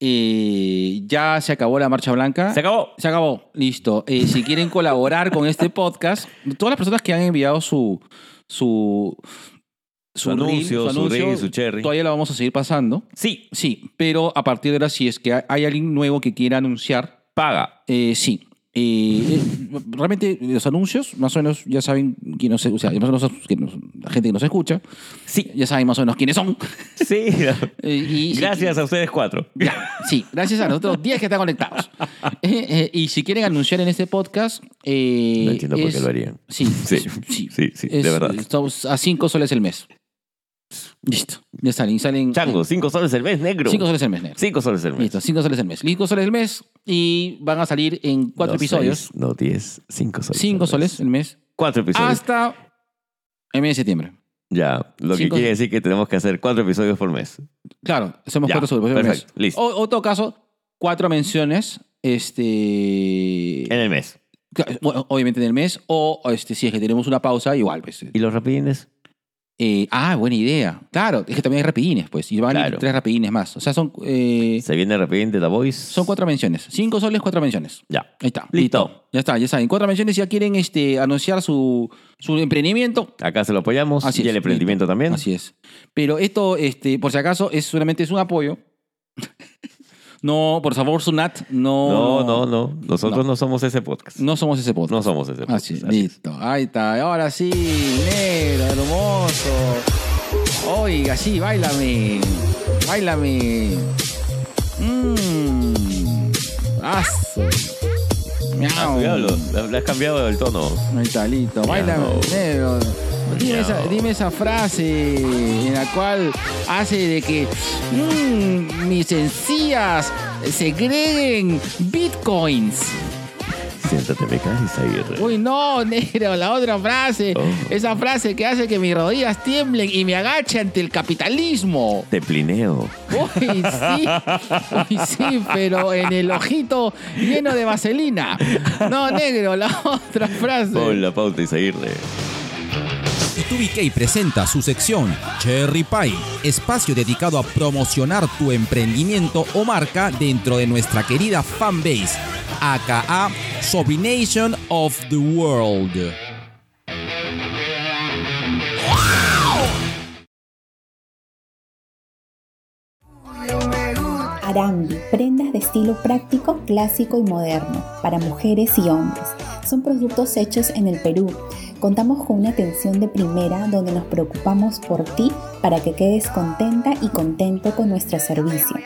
eh, ya se acabó la marcha blanca.
Se acabó.
Se acabó, listo. Eh, si quieren colaborar con este podcast, todas las personas que han enviado su su
Su anuncio, su reel, su cherry.
todavía lo vamos a seguir pasando.
Sí,
Sí, pero a partir de ahora, si es que hay- hay alguien nuevo que quiera anunciar,
paga.
eh, sí. Eh, eh, realmente los anuncios, más o menos ya saben quién nos, o sea, más o menos que nos- la gente que nos escucha,
Sí,
ya saben más o menos quiénes son. *laughs*
sí.
Eh, y-
Gracias a ustedes cuatro.
ya, sí, gracias a nosotros 10 que
*laughs*
están conectados. Eh, eh, y si quieren anunciar en este podcast. eh,
No entiendo por qué
es-
lo harían.
Sí,
*laughs* Sí,
es- sí,
sí, sí, de
es-
verdad.
Estamos a 5 soles el mes. Listo, ya salen. salen
Chango, cinco soles el mes, negro.
5 soles el mes, negro.
Cinco soles el mes.
Listo, 5 soles el mes. 5 soles el mes y van a salir en 4
No,
episodios.
seis, no, diez. Cinco soles.
5
al mes.
soles Ah. el mes.
Cuatro episodios.
Hasta el mes de septiembre.
Ya, lo
Cinco-
que quiere decir que tenemos que hacer cuatro episodios por mes.
Claro, hacemos
Ya,
cuatro sobre el mes.
perfecto, listo.
O, otro caso, cuatro menciones. Este.
En el mes.
Claro, bueno, obviamente en el mes, o o este, si es que tenemos una pausa, igual. Pues.
¿Y los rapidines?
Eh, ah, buena idea. Claro, es que también hay rapidines, pues. Y van
Claro.
tres rapidines más. O sea, son, eh,
Se viene rapidín de The Voice.
son cuatro menciones. Cinco soles, cuatro menciones.
Ya.
Ahí está.
Listo.
Ya está, ya saben. Cuatro menciones si ya quieren este, anunciar su, su emprendimiento.
Acá se lo apoyamos.
Así
y
es,
el emprendimiento
listo.
también.
Así es. Pero esto, este, por si acaso, es solamente es un apoyo. *laughs* no, por favor, Sunat, no.
No, no, no. Nosotros no, somos ese podcast. No,
No somos ese podcast.
somos ese podcast.
pues, Así, es,
Así es.
Ah, listo. Ahí está. Ahora sí, negro, hermoso. Oiga, sí, bailame. Bailame. Mmm. Aso.
Ah,
Miau.
diablo, le- le has cambiado el tono.
Ahí está, listo. Bailame,
Miau.
negro. Dime esa, dime esa frase en la cual hace de que mm, mis encías segreguen bitcoins.
Siéntate, me caes ahí.
Uy, no, negro, la otra frase.
Oh.
Esa frase que hace que mis rodillas tiemblen y me agache ante el capitalismo.
Te plineo.
Uy, sí, uy, sí, pero en el ojito lleno de vaselina. No, negro, la otra frase.
Pon la pauta y seguirle.
TubiK presenta su sección Cherry Pie, espacio dedicado a promocionar tu emprendimiento o marca dentro de nuestra querida fanbase, aka Sobrination of the World.
Arambi, prendas de estilo práctico, clásico y moderno, para mujeres y hombres. Son productos hechos en el Perú. Contamos con una atención de primera donde nos preocupamos por ti para que quedes contenta y contento con nuestro servicio.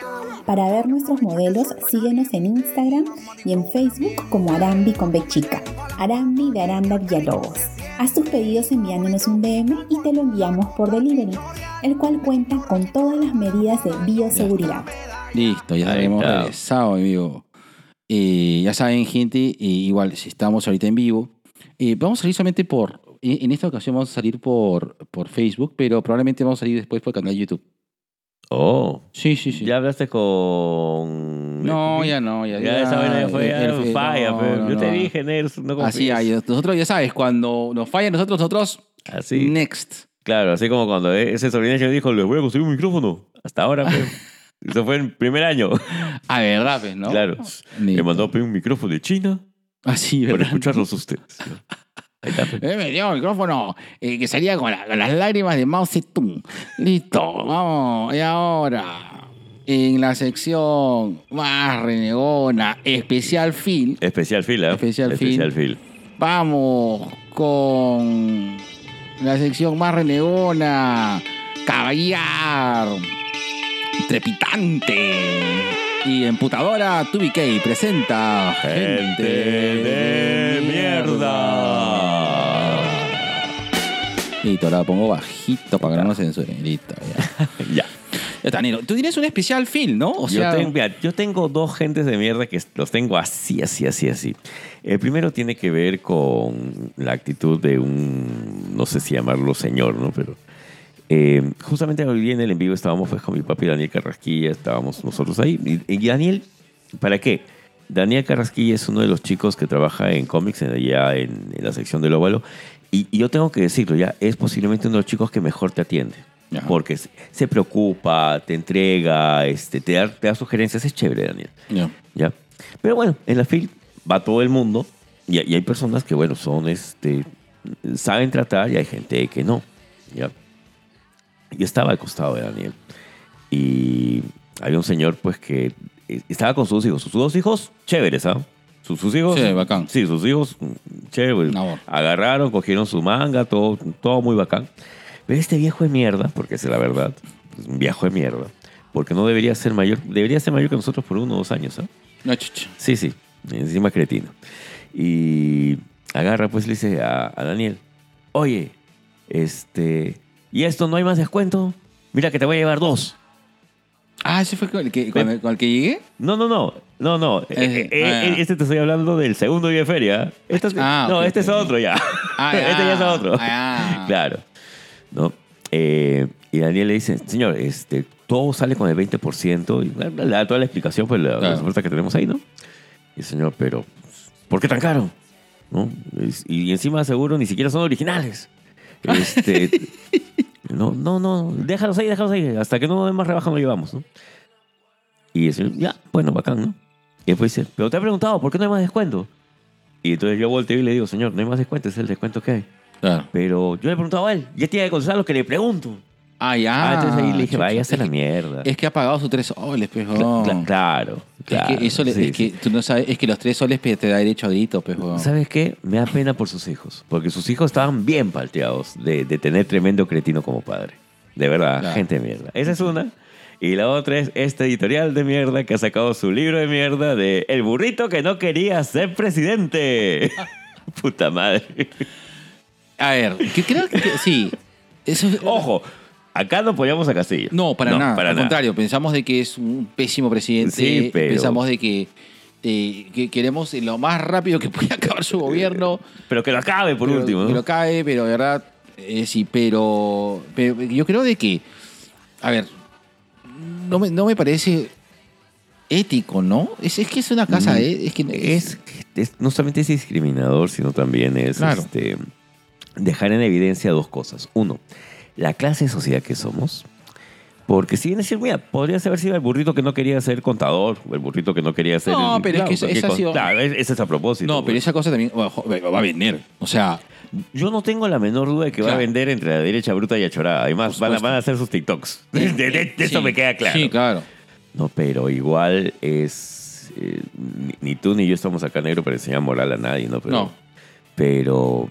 Para ver nuestros modelos, síguenos en Instagram y en Facebook como Arambi con Bechica, Arambi de Aranda Villalobos. Haz tus pedidos enviándonos un DM y te lo enviamos por delivery, el cual cuenta con todas las medidas de bioseguridad.
Listo, ya
Ahí
hemos
está.
regresado en vivo. Eh, ya saben, gente, eh, igual, si estamos ahorita en vivo, eh, vamos a salir solamente por. En en esta ocasión vamos a salir por, por Facebook, pero probablemente vamos a salir después por el canal de YouTube.
Oh.
Sí, sí, sí.
¿Ya hablaste con.?
No, ya no, ya. eh,
Ya, esa vaina ya fue. ya
el- el-
falla,
no,
pero
no,
yo te
no.
dije, pues, Ners, no confíes.
Así, hay, nosotros ya sabes, cuando nos falla nosotros, nosotros,
Así.
next.
Claro, así como cuando eh, ese sobrino que dijo, les voy a construir un micrófono. Hasta ahora, pues. *laughs* Eso fue en primer año.
A ver, rapes,
*laughs*
¿no?
Claro.
Ni-
Le mandó a pedir un micrófono de China
Así,
para
¿verdad?
escucharlos ustedes. Ahí está. pues.
Eh, me dio el micrófono eh, que salía con, la- con las lágrimas de Mao Zedong. Listo, vamos. Y ahora, en la sección más renegona, especial Phil,
Especial fila. ¿eh?
Especial
Especial fil.
vamos con la sección más renegona, caballar, trepitante. Y emputadora 2BK presenta
Gente de mierda.
Listo, la pongo bajito para que no nos censuren. Listo, ya.
Ya.
Ya está, Nero. Tú tienes un especial film, ¿no? O sea,
yo, tengo, mira, yo tengo dos gentes de mierda que los tengo así, así, así, así. El primero tiene que ver con la actitud de un, no sé si llamarlo señor, ¿no? Pero eh, justamente hoy en el en vivo estábamos pues con mi papi Daniel Carrasquilla, estábamos nosotros ahí. Y, y Daniel, ¿para qué? Daniel Carrasquilla es uno de los chicos que trabaja en cómics en- allá en, en la sección del óvalo. Y, y yo tengo que decirlo, ya es posiblemente uno de los chicos que mejor te atiende.
Ya.
Porque se- se preocupa, te entrega, este, te, da, te da sugerencias. Es chévere, Daniel.
ya.
¿ya? Pero bueno, en la FIL va todo el mundo y, y hay personas que, bueno, son, este, saben tratar y hay gente que no, ¿ya? Yo estaba al costado de Daniel y había un señor, pues, que eh, estaba con sus hijos. Sus dos hijos, chéveres, ¿ah? Sus, sus hijos.
Sí, bacán.
Sí, sus hijos, mm, chéveres.
Nabor.
Agarraron, cogieron su manga, todo, todo muy bacán. Pero este viejo de mierda, porque esa es la verdad, es un viejo de mierda, porque no debería ser mayor, debería ser mayor que nosotros por uno o dos años, ¿ah?
No, chucha.
Sí, sí, encima cretino. Y agarra, pues le dice a, a Daniel, oye, este, ¿y esto no hay más descuento? Mira que te voy a llevar dos.
Ah, ese fue con el que, con el, con el que llegué.
No, no, no, no, no. eh, eh,
ah,
eh,
ya.
este te estoy hablando del segundo día de feria. Este es-
Ah,
no,
ok,
este
ok,
es
ok.
otro ya.
Ah, ya.
*laughs* este ya es otro.
Ah, ya.
*laughs* Claro. ¿No? Eh, y Daniel le dice, señor, este, todo sale con el 20% y bla, bla, bla, toda la explicación, pues la, la
Claro.
oferta que tenemos ahí, ¿no? Y el señor, pero, ¿por qué tan caro? ¿No? Es- Y, encima seguro ni siquiera son originales. Este, no, no, no, déjalos ahí, déjalos ahí. Hasta que no den más rebaja no llevamos, ¿no? Y el señor, ya, bueno, bacán, ¿no? Y después dice, pero te he preguntado, ¿por qué no hay más descuento? Y entonces yo volteo y le digo, señor, no hay más descuento, ese es el descuento que hay.
Claro.
Pero yo le he preguntado a él. Ya tiene que contestar lo que le pregunto.
Ah, ya.
Ah, entonces ahí le dije,
Chucha.
váyase a la
Es que-
mierda.
Es que ha pagado sus tres soles,
Cla-
pejo.
cla- claro, claro.
es que eso le-
sí,
es que tú no sabes, es que los tres soles pe- te da derecho a grito, pejo.
sí. ¿Sabes qué? Me da pena por sus hijos. Porque sus hijos estaban bien palteados de, de tener tremendo cretino como padre. De verdad,
Claro.
gente de mierda. Esa es una. Y la otra es este editorial de mierda que ha sacado su libro de mierda de El burrito que no quería ser
*laughs*
presidente. *laughs* Puta madre.
A ver, que creo que sí. Eso es-
Ojo, acá no apoyamos a Castillo.
No, para nada.
Oh. Para
Al
nada.
contrario, pensamos de que es un pésimo presidente.
Sí, pero-
Pensamos de que, eh, que queremos lo más rápido que pueda acabar su gobierno.
Pero que lo acabe Eh, por
pero-
último. ¿no?
Que lo cae, pero de verdad, eh, sí, pero, pero yo creo de que, a ver, no me, no me parece ético, ¿no? Es, es que es una
Mm.
casa, eh, es que
es, es- no solamente es discriminador, sino también es
Claro.
este, dejar en evidencia dos cosas. Uno, la clase de sociedad que somos. Porque si bien decir, mira, podrías haber sido el burrito que no quería ser contador, o el burrito que no quería ser.
No, pero es que esa-
cualquier
esa ha
cosa.
sido-
Claro, es- esa es a propósito.
No, pero
güey.
esa cosa también ojo, va a venir. O sea,
Yo no tengo la menor duda de que va a
Claro.
vender entre la derecha bruta y achorada. Además,
Por
van a,
supuesto. *laughs*
van a hacer sus TikToks. De, de- de- de eso
eh, sí,
me queda claro.
Sí, claro.
No, pero igual es. eh, ni, ni tú ni yo estamos acá negro para enseñar moral a nadie, ¿no? Pero,
No.
Pero.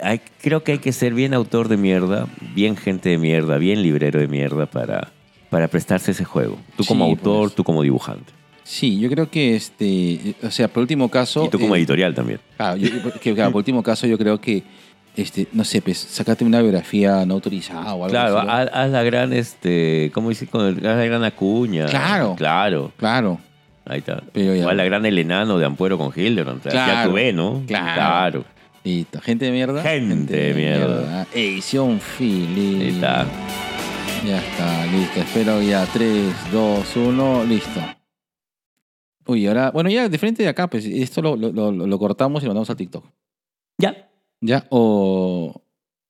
hay- creo que hay que ser bien autor de mierda, bien gente de mierda, bien librero de mierda para, para prestarse ese juego. Tú como
Sí,
autor,
pues.
tú como dibujante.
Sí, yo creo que este, o sea, por último caso.
y tú como
eh,
editorial también.
Claro, yo- yo- que, claro, por último caso, yo creo que, este, no sé, pues, sacate una biografía no autorizada o algo
Claro, ah,
así. ¿no?
haz, haz la gran, este, ¿cómo dice? Con el- Haz la gran acuña.
Claro.
Claro,
Claro,
ahí está.
Pero ya-
O haz la gran el enano de Ampuero con Hildebrand. ya
Claro,
tuve, ¿no?
claro. listo. Gente de mierda.
Gente de mierda.
Edición Fili.
Ahí está.
Ya está, listo. Espero ya 3, 2, 1, listo. Uy, ahora, bueno, ya de frente de acá, pues esto lo, lo- lo- lo cortamos y lo mandamos al TikTok.
Ya.
¿Ya? O.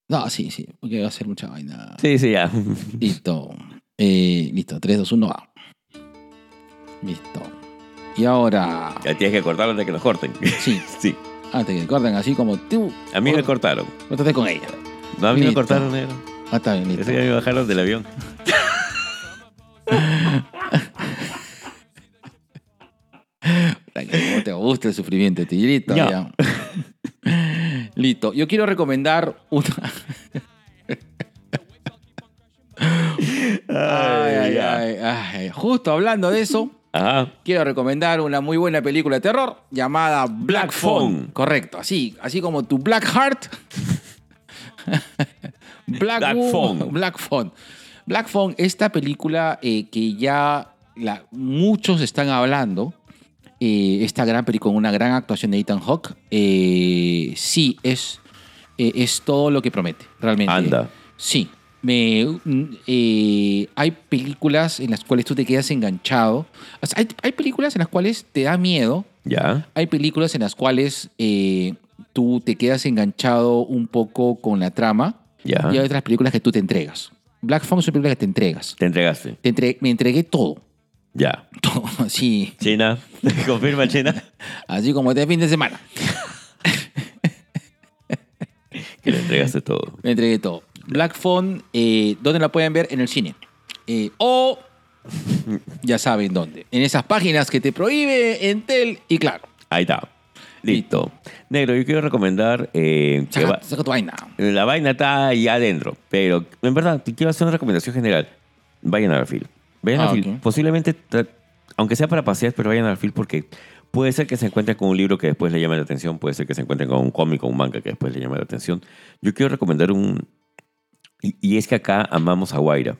No, sí, sí, porque va a ser mucha vaina.
Sí, sí, ya. *laughs*
Listo. Eh, listo, 3, 2, 1, va. Listo. Y ahora.
Ya tienes que cortarlo antes que nos corten. *laughs*
Sí,
Sí.
antes que corten así como tú.
A mí me cortaron.
Cuéntate con ella.
No, a mí me
Listo.
cortaron, negro.
Ah, está bien, listo.
Ese día me bajaron del avión.
Ay, cómo te gusta el sufrimiento, tío. Listo,
Ya.
ya. *laughs* Listo. Yo quiero recomendar una. Ay, ay, ay, ay. Justo hablando de eso,
Ajá.
quiero recomendar una muy buena película de terror llamada Black Phone.
Phone.
Correcto, así, así como tu Black
*laughs*
Heart. Black,
Black
Wo-
Phone.
Black Phone. Black Phone, esta película eh, que ya la- muchos están hablando. eh, esta gran película con una gran actuación de Ethan Hawke. eh, sí, es, eh, es todo lo que promete, realmente.
Anda.
Sí. Me, mm, eh, hay películas en las cuales tú te quedas enganchado. O sea, hay, hay películas en las cuales te da miedo.
Ya.
Hay películas en las cuales eh, tú te quedas enganchado un poco con la trama.
Ya.
Y hay otras películas que tú te entregas. Black Phone es una película que te entregas.
Te entregaste.
Te entre- me entregué todo. *laughs*
Ya.
Todo, así.
China. *laughs* Confirma, China.
Así como este fin de semana.
Que le entregaste todo.
Me entregué todo. Black Phone, eh, ¿dónde la pueden ver? En el cine. Eh, o, ya saben dónde. En esas páginas que te prohíbe Entel y claro.
Ahí está. Listo. Negro, yo quiero recomendar eh, que va-
Saca, saca tu vaina.
la vaina está ahí adentro, pero en verdad te quiero hacer una recomendación general. Vayan a Garfield. Vayan a
Ah,
Garfield.
ok.
Posiblemente, tra- aunque sea para pasear, pero vayan a Garfield porque puede ser que se encuentren con un libro que después le llame la atención, puede ser que se encuentren con un cómic o un manga que después le llame la atención. Yo quiero recomendar un... Y, y es que acá amamos a Guaira.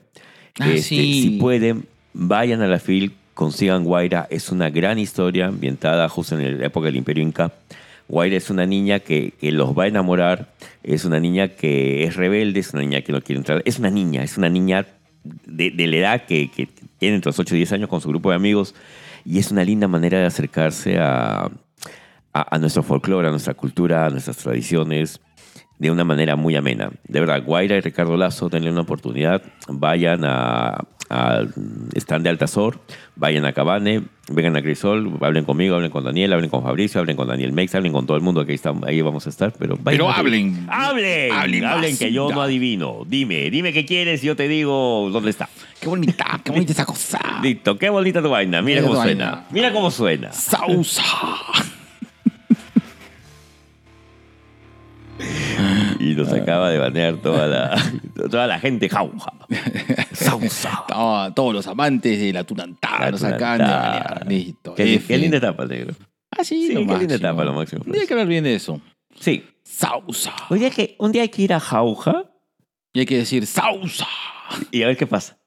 Ah, sí.
Este, Si pueden, vayan a la FIL, consigan Guaira. Es una gran historia ambientada justo en la época del Imperio Inca. Guaira es una niña que, que los va a enamorar, es una niña que es rebelde, es una niña que no quiere entrar. Es una niña, es una niña de, de la edad que, que tiene entre los 8 y 10 años con su grupo de amigos. Y es una linda manera de acercarse a, a, a nuestro folclore, a nuestra cultura, a nuestras tradiciones, de una manera muy amena. De verdad, Guaira y Ricardo Lazo, denle una oportunidad. Vayan a, al stand de Altazor, vayan a Cabane, vengan a Crisol, hablen conmigo, hablen con Daniel, hablen con Fabricio, hablen con Daniel Mex, hablen con todo el mundo, que ahí, estamos- ahí vamos a estar. Pero, vayan
Pero
a-
hablen.
Hablen, hablen,
Hablen
que yo
basura.
no adivino. Dime, dime qué quieres y yo te digo dónde está.
Qué bonita, qué bonita esa cosa.
Listo, qué bonita tu vaina. Mira
Mira
cómo
tu
suena.
vaina.
Mira cómo suena.
Sausa.
Y nos
Ah.
acaba de banear toda la,
*laughs*
toda la gente jauja. *laughs* Sausa.
To- Ah, Todos los amantes de la tunantada nos acaban de banear. Listo.
Ah. Qué,
F.
qué linda etapa, negro.
Ah, sí,
Sí, qué
lo
linda
máximo.
etapa, lo máximo.
Tendría que hablar bien de eso.
Sí.
Sausa.
Un día, que, un día hay que ir a jauja
Y hay que decir sausa.
y a ver qué pasa.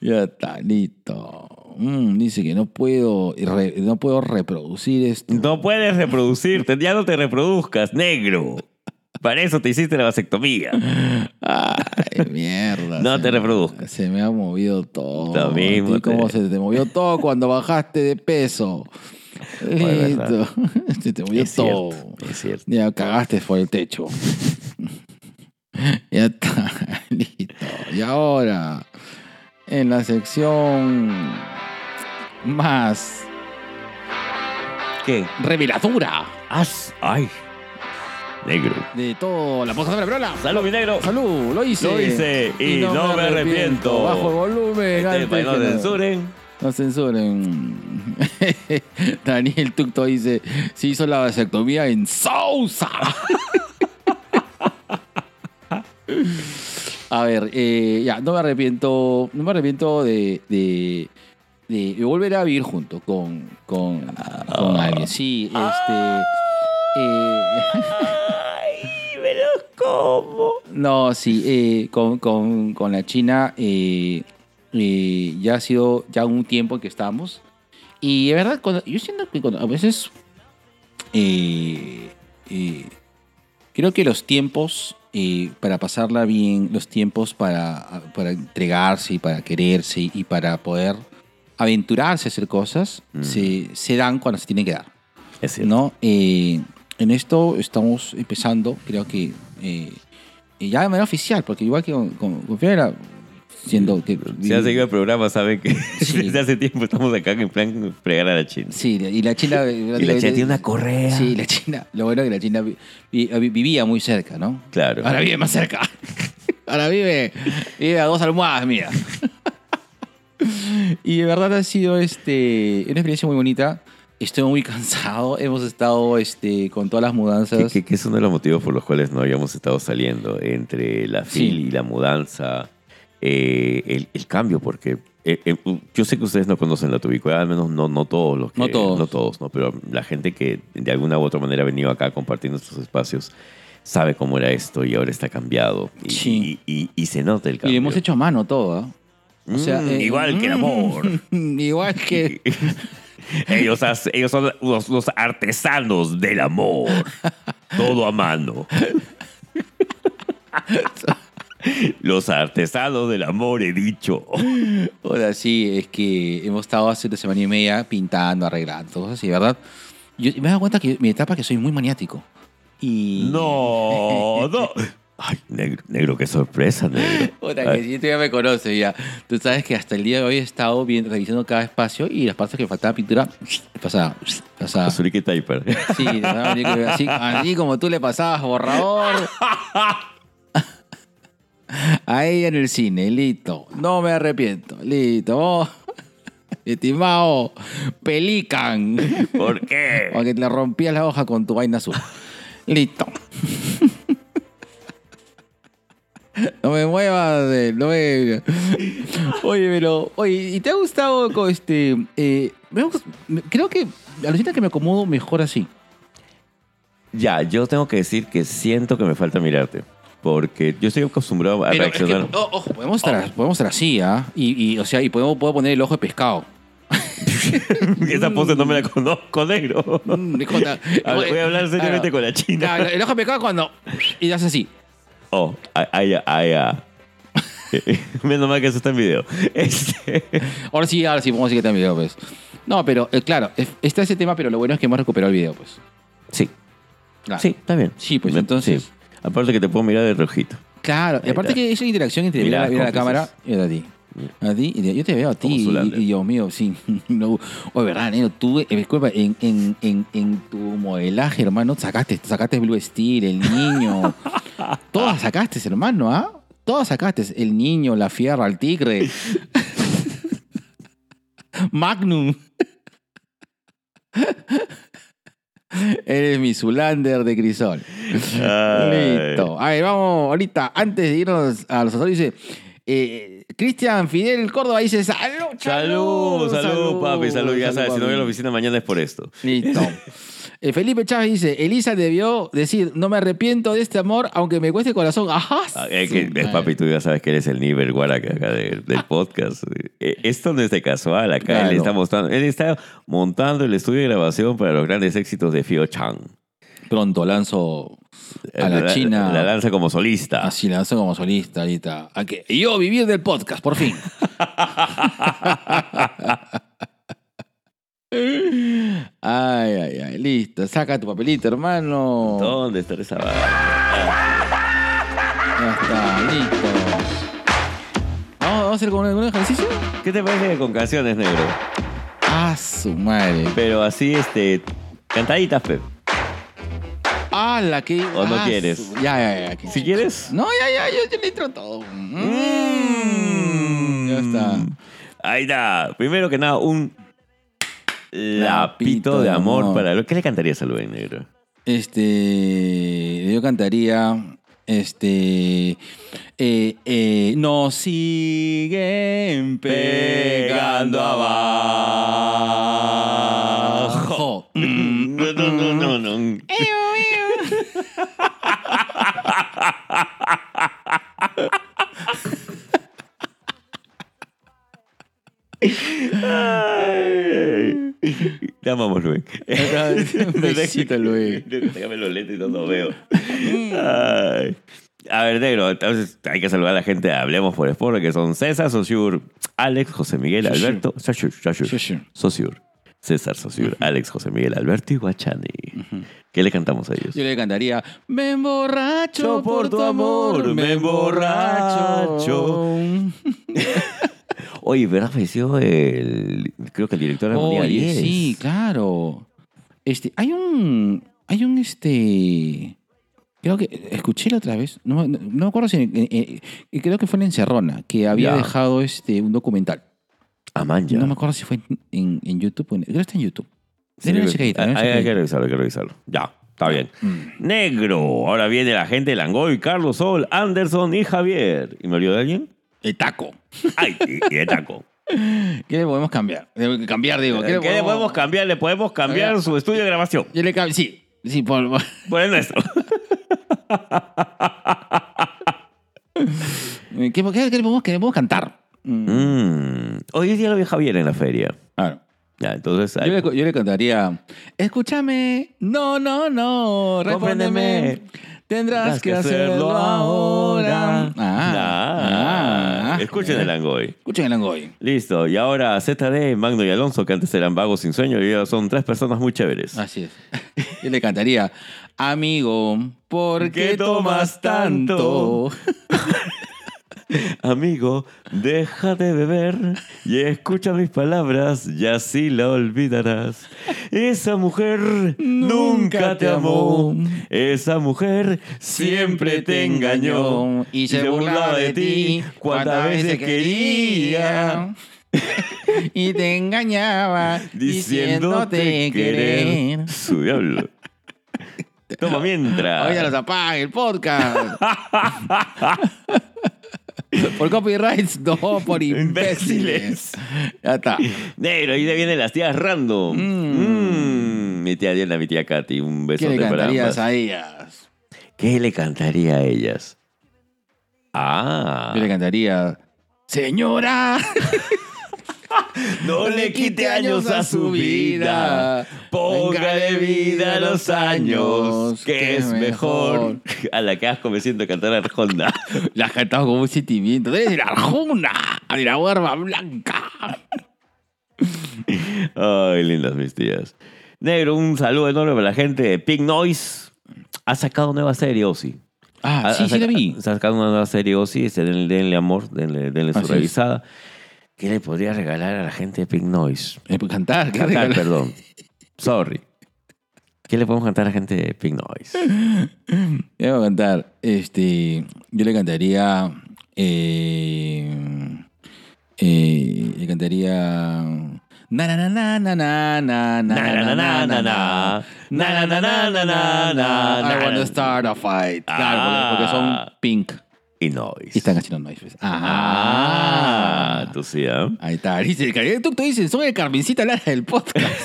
Ya está, listo. Mm, dice que no puedo, re- no puedo reproducir esto.
No puedes reproducirte, ya no te reproduzcas, negro. Para eso te hiciste la vasectomía.
Ay, *laughs* mierda.
No
se
te
me-
reproduzcas.
Se me ha movido todo.
Lo mismo
¿Y cómo
te-
se te movió todo cuando bajaste de peso?
es
Listo. *laughs*
verdad.
se te movió
es
todo.
cierto, es cierto.
Ya cagaste por el techo. *laughs* ya está, *laughs* listo. Y ahora, en la sección más
¿Qué?
reveladora.
As- Ay. negro.
De todo, la posada de la perola.
Salud, mi negro.
Salud, lo hice.
Lo hice y no me arrepiento.
Bajo el volumen.
Este,
antes
para que no
que nada.
censuren.
No censuren. *laughs* Daniel Tucto dice, se hizo la vasectomía en Sousa. *laughs* A ver, eh, ya, no me arrepiento, no me arrepiento de, de, de- de volver a vivir junto con, con, con
Ah.
alguien. Sí, este... eh,
Ay, me los como.
no, sí, eh, con, con- con la China eh, eh, ya ha sido ya un tiempo que estamos. Y de verdad, cuando- yo siento que cuando- a veces eh, eh, creo que los tiempos eh, para pasarla bien, los tiempos para, para entregarse y para quererse y para poder aventurarse a hacer cosas, se, se dan cuando se tienen que dar.
Es cierto.
¿no? Eh, en esto estamos empezando, creo que eh, eh, ya de manera oficial, porque igual que con, con, con Fiorella, siendo que...
Si han seguido el programa, saben que *laughs*
Sí.
desde hace tiempo estamos acá en plan fregar a la China.
Sí, y la China...
Y la China tiene una correa.
Sí, la China. Lo bueno es que la China vi- vi- vi- vivía muy cerca, ¿no?
Claro.
Ahora vive más cerca. *laughs* Ahora vive, vive a dos almohadas, mira. *laughs* Y de verdad ha sido este, una experiencia muy bonita. Estoy muy *laughs* cansado. Hemos estado este, con todas las
Que,
mudanzas.
que- que es uno de los motivos por los cuales no habíamos estado saliendo entre la
Sí.
fil y la mudanza, eh, el, el cambio, porque eh, eh, yo sé que ustedes no conocen la tubicuera, al menos no, no todos los que,
No todos.
no ¿no? pero la gente que de alguna u otra manera ha venido acá compartiendo estos espacios sabe cómo era esto y ahora está cambiado y,
Sí.
y, y- y se nota el
Y
cambio.
lo hemos hecho a mano todo, ¿ah?
Mm,
eh,
igual que el amor. *laughs*
mm, *laughs* igual que.
ellos, hace- ellos son los, los artesanos del amor. Todo a *laughs* mano. Los artesanos del amor, he dicho.
*laughs* Ahora sí, es que hemos estado hace una semana y media pintando, arreglando, cosas así, ¿verdad? Yo me he dado cuenta que mi etapa es que soy muy maniático. Y.
No, no. Ay, negro, negro, qué sorpresa, negro.
Puta,
Ay,
que si tú ya me conoces ya. Tú sabes que hasta el día de hoy he estado bien, revisando cada espacio y las partes que faltaba pintura, *sniffs* pasaba, pasaba.
Zuriki Typer.
Sí, de verdad, yo creo que así, así como tú le pasabas borrador. *laughs* A ella en el cine, listo. No me arrepiento, listo. *laughs* Vos, estimado, pelican.
*laughs* ¿Por qué?
Porque te rompías la hoja con tu vaina azul. Listo. *laughs* No me muevas, de- no me... Oye, pero... Oye, ¿y te ha gustado con este...? eh, me gust- me- creo que... Alucina que me acomodo mejor así.
Ya, yo tengo que decir que siento que me falta mirarte. Porque yo estoy acostumbrado a
Pero es que,
reaccionar.
oh, ojo, podemos estar, podemos estar así, ¿ah? Y, y, o sea, y podemos, puedo poner el ojo de pescado. *laughs*
Esa pose no me la conozco, negro.
Mm, hijo de-
A ver, voy a hablar seriamente
Claro.
con la china.
Claro, el ojo de pescado cuando... Y haces así.
Oh, ay, ay, ay, ah. *laughs* Menos mal que eso está en video. *laughs* Este,
Ahora sí, ahora sí, vamos a decir que está en video, pues. No, pero, eh, claro, es- está ese tema, pero lo bueno es que hemos recuperado el video, pues.
Sí,
Claro.
sí, está bien.
Sí, pues,
Me-
entonces-
sí. Aparte que te puedo mirar de rojito.
Claro, y
Ahí
aparte
está.
que esa interacción entre
Miradas
mirar mira la cámara
cómplices.
y a ti. A ti, y te- yo te veo a
Como
ti, y,
Zoolander.
y Dios mío, sí. *laughs* No, oye, verdad, Neno, tú, eh, disculpa, en, en, en, en tu modelaje, hermano, sacaste, sacaste Blue Steel, el
*laughs*
niño. Todas sacaste, hermano, ¿ah? Todas sacaste, el niño, la fierra, el tigre. *laughs* Magnum. *laughs* Eres mi Zulander de crisol. Listo. A ver, vamos ahorita, antes de irnos a los asociados, dice eh, Cristian Fidel Córdoba dice salud,
Salud, salud,
salud,
papi, salud. Ya sabes, si no voy a la
papi".
oficina mañana es por esto. *laughs*
Listo. Eh, Felipe Chávez dice, Elisa debió decir, no me arrepiento de este amor, aunque me cueste el corazón. Ajá.
Ah, es que,
su
es,
madre.
papi, tú ya sabes que eres el nivel guaraca acá de-
*laughs*
del podcast. Eh, Esto no es de casual, acá él
Claro.
está mostrando, él está montando el estudio de grabación para los grandes éxitos de Fio Chang.
Pronto lanzo a la, China.
La lanza como solista.
Así la lanzo como solista ahorita. ¿A qué? Y yo vivir del podcast,
*laughs*
por fin. *laughs* ay, ay, ay. Listo. Saca tu papelito, hermano.
¿Dónde está esa barra?
Ya está, listo. ¿Vamos, vamos a hacer como algún ejercicio?
¿Qué te parece con canciones, negro?
Ah, su madre.
Pero así, este. Cantaditas, Pep.
Ah, ¡Hala! qué-
¿O no
ah,
quieres?
su- Ya, ya, ya. que-
Si quieres.
No, ya, ya, yo, yo le entro todo. Mm,
Mm.
Ya está.
Ahí está. Primero que nada, un lapito de amor, para lo ¿Qué le cantarías a Luen Negro?
Este, yo cantaría, este, eh, eh, nos siguen pegando abajo.
No, no, no, no, no. Ay. Te amamos, Luen. *laughs*
Un besito, Luen.
Déjame los lentes y no lo veo. Ay. A ver, negro, entonces hay que saludar a la gente de Hablemos por Sport, que son César, Sosur, Alex, José Miguel,
Saussure.
Alberto, Sosur,
Saussure.
Sosur, Sosur, César, Sosur, Alex, José Miguel, Alberto y Guachani. ¿Qué le cantamos a ellos?
Yo le cantaría, me emborracho por tu amor, me emborracho.
Oye, ¿verdad? Falleció el. Creo que el director de Armonía
Oye,
10.
sí, claro. Este, hay un, hay un este, creo que escuché la otra vez, no, no- no me acuerdo si, en- en- en- creo que fue en Encerrona que había
Ya.
dejado este un documental.
Amanya.
No me acuerdo si fue en, en- en YouTube, o en- creo que está en YouTube.
Sí,
Denle una
creo-
chequeadita, denle una
hay, hay que
chequeadita.
revisarlo, hay que revisarlo. Ya,
Ah,
está bien.
mm.
Negro. Ahora viene la gente de Langoy, Carlos Sol, Anderson y Javier. ¿Y me olvidó de alguien?
El taco.
Ay, y, y de
*laughs*
taco.
¿Qué le podemos cambiar? Eh, Cambiar, digo.
¿Qué le podemos cambiar? Le podemos cambiar su estudio de grabación.
Yo le cambio, sí. Sí, por, por-
Por el nuestro.
¿Qué, qué- qué le podemos, qué le podemos cantar? Mm,
Mm. Hoy día lo vi a Javier en la feria.
claro.
Ya, entonces.
Yo le, yo le cantaría, escúchame, no, no, no, respóndeme,
Compréndeme.
tendrás que hacerlo ahora. Ah, ah,
Escuchen
ya.
el Langoy.
Escuchen el Angoy.
Listo, y ahora ZD, Magno y Alonso, que antes eran vagos sin sueño, y ahora son tres personas muy chéveres.
*laughs* Así es. Yo le cantaría, amigo, ¿por qué,
¿Qué tomas
tomas tanto?
tanto? Amigo, deja de beber y escucha mis palabras y así la olvidarás. Esa mujer nunca te amó. Esa mujer siempre te engañó
y se, burlaba de ti
cuantas veces quería.
*laughs* y te engañaba
*laughs*
diciéndote
Diciéndote querer
querer.
su *laughs* diablo. Toma mientras.
Oye, los apaga el
*laughs*
podcast. por copyrights, no, por
Imbéciles.
imbéciles. ya está.
Negro, ahí vienen las tías random. Mm, Mi tía Diana, mi tía Katy, un
¿Qué
besote
le
para
cantarías
ambas.
a ellas?
¿Qué le cantaría a ellas? Ah,
Yo le cantaría, señora,
no le quite años a su vida. Póngale vida a los años, que es mejor. *laughs* A la que asco me siento cantar a Honda.
la has cantado con un sentimiento. Tú Eres de la Arjuna, de la barba blanca.
Ay, lindas mis tías. Negro, un saludo enorme para la gente de Pink Noise. Ha sacado nueva serie, Ozzy.
Ah,
Ha-
sí,
ha
sí
saca-
la *laughs* vi.
ha sacado una nueva serie Ozzy, este, denle, denle amor, denle, denle su
Así es.
revisada. ¿Qué le podría regalar a la gente de Pink Noise?
Eh, pues, Cantar, ¿qué
Cantar,
regalo?
perdón. Sorry. ¿Qué le podemos cantar a la gente de Pink Noise?
Yo voy a cantar. Este, yo le cantaría. Eh, eh, le cantaría. Na na na na na na na na na na na na Ah, na na na na na na na I wanna start a fight. Claro, porque, porque son
Ah.
pink
Y Noise.
y están haciendo noise.
Ah,
Ah,
tú sí, ¿ah?
ahí está. Dice, tú, tú dices, son el Carmencita Lara del podcast.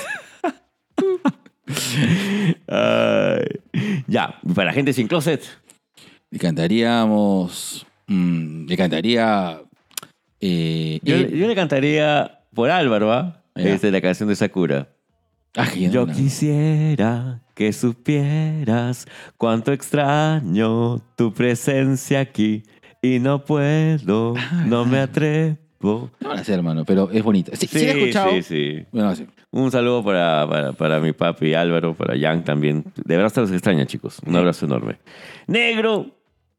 Ay. Ya, para la gente sin closet.
Le cantaríamos. mm, le cantaría. Eh,
Yo,
eh,
yo le cantaría por Álvaro, ¿ah?
Ya.
Este, la canción de Sakura.
ah, que yo no-
Yo
no.
quisiera que supieras cuánto extraño tu presencia aquí y no puedo,
Ah,
no me atrevo.
No la sé, hermano, pero es bonita. Sí, sí, la he escuchado.
sí, sí.
Bueno, sí.
Un saludo para, para, para mi papi Álvaro, para Yang también. De verdad se los extraña, chicos. Un abrazo enorme. Negro.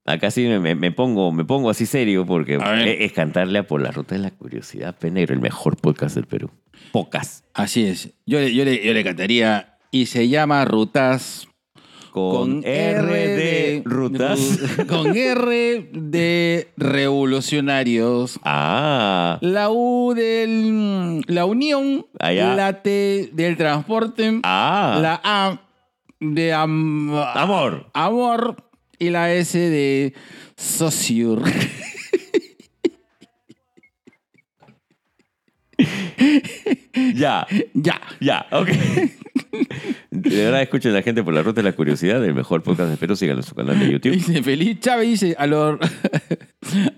Acá sí me, me- me pongo, me pongo así serio porque
A ver.
es, es cantarle a Por la Ruta de la Curiosidad, Pe Negro, el mejor podcast del Perú. Pocas.
Así es. Yo le, yo, le, yo le cantaría y se llama Rutas
Con, R de rutas.
ru- Con R de revolucionarios.
*laughs* ah,
La U del. La Unión.
Allá.
La T del transporte.
ah,
La A de am-
amor.
amor. Y la S de socio.
Ya,
ya.
ya, ok. *laughs* De verdad, escuchen a la gente por la ruta de la curiosidad, el mejor podcast de Perú. Síganlo en su canal de YouTube.
Dice, feliz Chávez, dice, a los...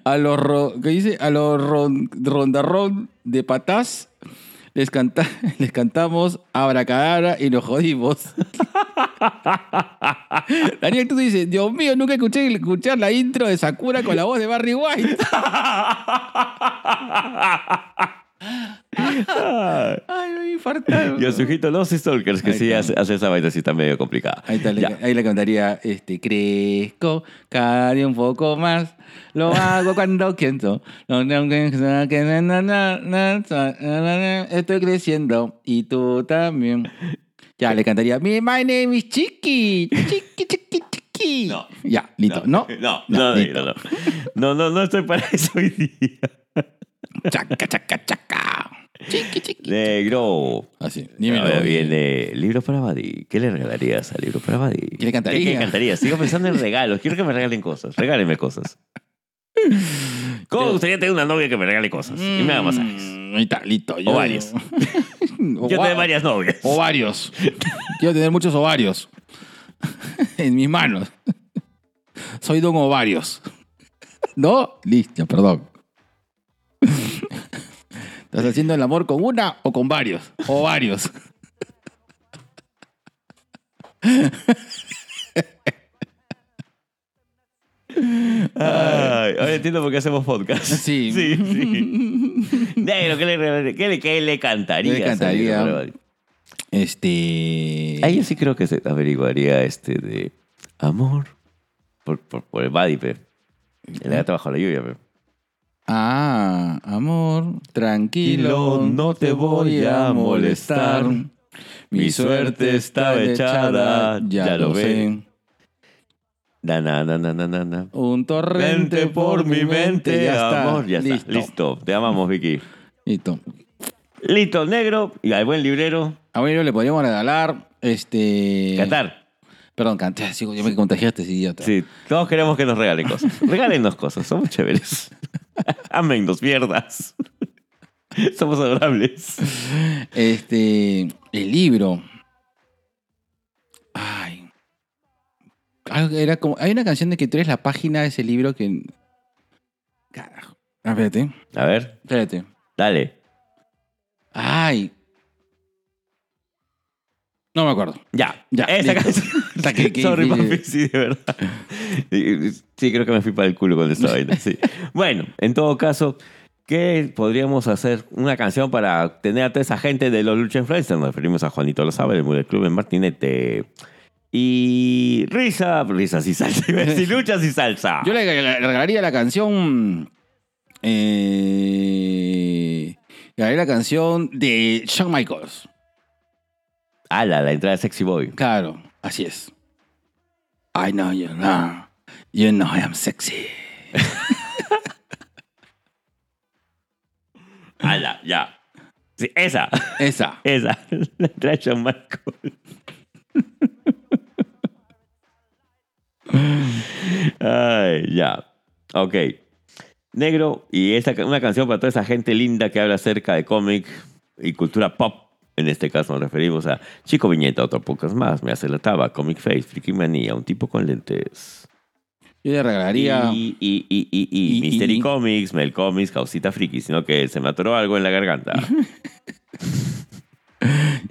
A los... ro- ¿Qué dice? A los ron- rondarrón de patás les, canta, *laughs* les cantamos abracadabra y nos jodimos. *laughs* Daniel, tú dices, Dios mío, nunca escuché escuchar la intro de Sakura con la voz de Barry White. Ay, me voy a infartar.
Y a su hijito Los Stalkers, que
Ahí
sí
está.
hace, hace esa vaina así, está medio complicada.
Ahí, está, le-
Ya.
ahí le cantaría, este, crezco cada día un poco más, lo hago cuando *laughs* quiero. No tengo que- na- que- na- na- na- na- na- na- na- Estoy creciendo y tú también. Ya, le cantaría, "Mi- my name is Chiqui, Chiqui, Chiqui, *laughs* Chiqui.
No.
Ya, listo. No,
No, no,
listo.
no, no. No, no, no estoy para eso hoy día.
Chaca, chaca, chaca. Chiqui, chiqui.
Negro.
Así,
Ahora
dímelo.
viene libro para Buddy. ¿Qué le regalarías al libro para Buddy?
¿Qué le cantaría?
¿Qué, qué cantarías? Sigo pensando en regalos. Quiero que me regalen cosas. Regálenme
*laughs*
cosas. ¿Cómo me gustaría tener una novia que me regale cosas? Y me haga masajes.
Mm, Ahí está, listo. Yo-
Ovarios.
O
Yo
va-
tengo varias novias.
Ovarios. Quiero tener muchos ovarios *laughs* en mis manos. *laughs* Soy don ovarios. *laughs* ¿No? Listo, perdón. *laughs* ¿Estás haciendo el amor con una o con varios? Ovarios.
Ay, ahora entiendo por qué hacemos podcast.
Sí.
*laughs* Sí, sí. Negro, ¿qué le, regalaría- qué le, qué le cantarías?
Le cantaría.
al libro para Buddy?
Este.
Ahí yo sí creo que se averiguaría este de amor por, por, por el buddy, pe. El gato bajo la lluvia, pe.
Ah, amor, tranquilo.
Tranquilo, no te voy a molestar. Mi suerte estaba echada, ya lo ven. Na, na, na, na, na, na, na.
Un torrente
Vente por mi mente, amor. Ya está, listo. Te amamos, Vicky.
Listo.
Listo, negro. Y al buen librero,
A Mario le podríamos regalar este.
cantar.
Perdón, cantar. Sí, yo me contagiaste, ese idiota.
Sí, todos queremos que nos regalen
*laughs*
cosas. Regálennos cosas, somos chéveres. Amennos, mierdas. Somos adorables.
Este. El libro. Ay. Algo que Era como, hay una canción de que tú eres la página de ese libro que. Carajo. Ah, Espérate,
A ver,
espérate.
dale.
Ay. No me acuerdo.
Ya,
Ya,
Esa
listo. *laughs*
canción.
O sea, que- que-
Sorry,
que-
papi, sí, de verdad. Y- Sí, creo que me fui para el culo con esta vaina. Sí. Bueno, en todo caso, ¿qué podríamos hacer? Una canción para tener a toda esa gente de los Lucha Influencers. Nos referimos a Juanito Lozaba, del Muriel Club en Martinete. Y risa, risas y salsa. *laughs* iba a decir luchas y salsa.
Yo le le regalaría la canción. Eh, le regalaría la canción de Shawn Michaels.
Ala, la entrada de Sexy Boy.
Claro, así es. I know you know. You know I am sexy.
Ala, ya. Sí, esa, *laughs*
Esa.
esa. La entrada de Shawn Michaels. Ay, ya. Ok. Negro, y esta, ca- una canción para toda esa gente linda que habla acerca de cómic y cultura pop. En este caso nos referimos a Chico Viñeta, otro podcast más, Me hace la taba, Comic Face, Friki Manía, un tipo con lentes.
Yo le regalaría.
Y, y, y, y, y,
Y- y-
Mystery
y-
Comics, Mel Comics, Causita Friki, sino que se me atoró algo en la
*laughs*
garganta.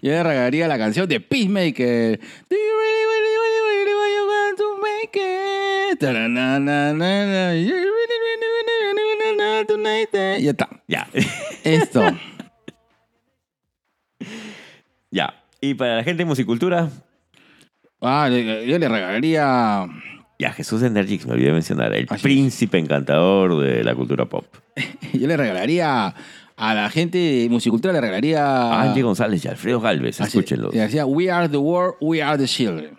Yo le regalaría la canción de Peacemaker. Do you really, really, really, really, really want to make it? Ta-ra-na-na-na-na. You really, really, really, really, really want to make it. Ya está.
ya, *laughs*
Esto.
ya. Y para la gente de musicultura,
Ah, le- yo le regalaría.
ya Jesús de Energix, me olvidé de mencionar, el
Así es.
príncipe encantador de la cultura pop.
Yo le regalaría a la gente de Musicultura, le regalaría.
Angie González y Alfredo Galvez,
Ah. Así-
Ah, escúchenlos.
Le decía, We are the world, we are the children.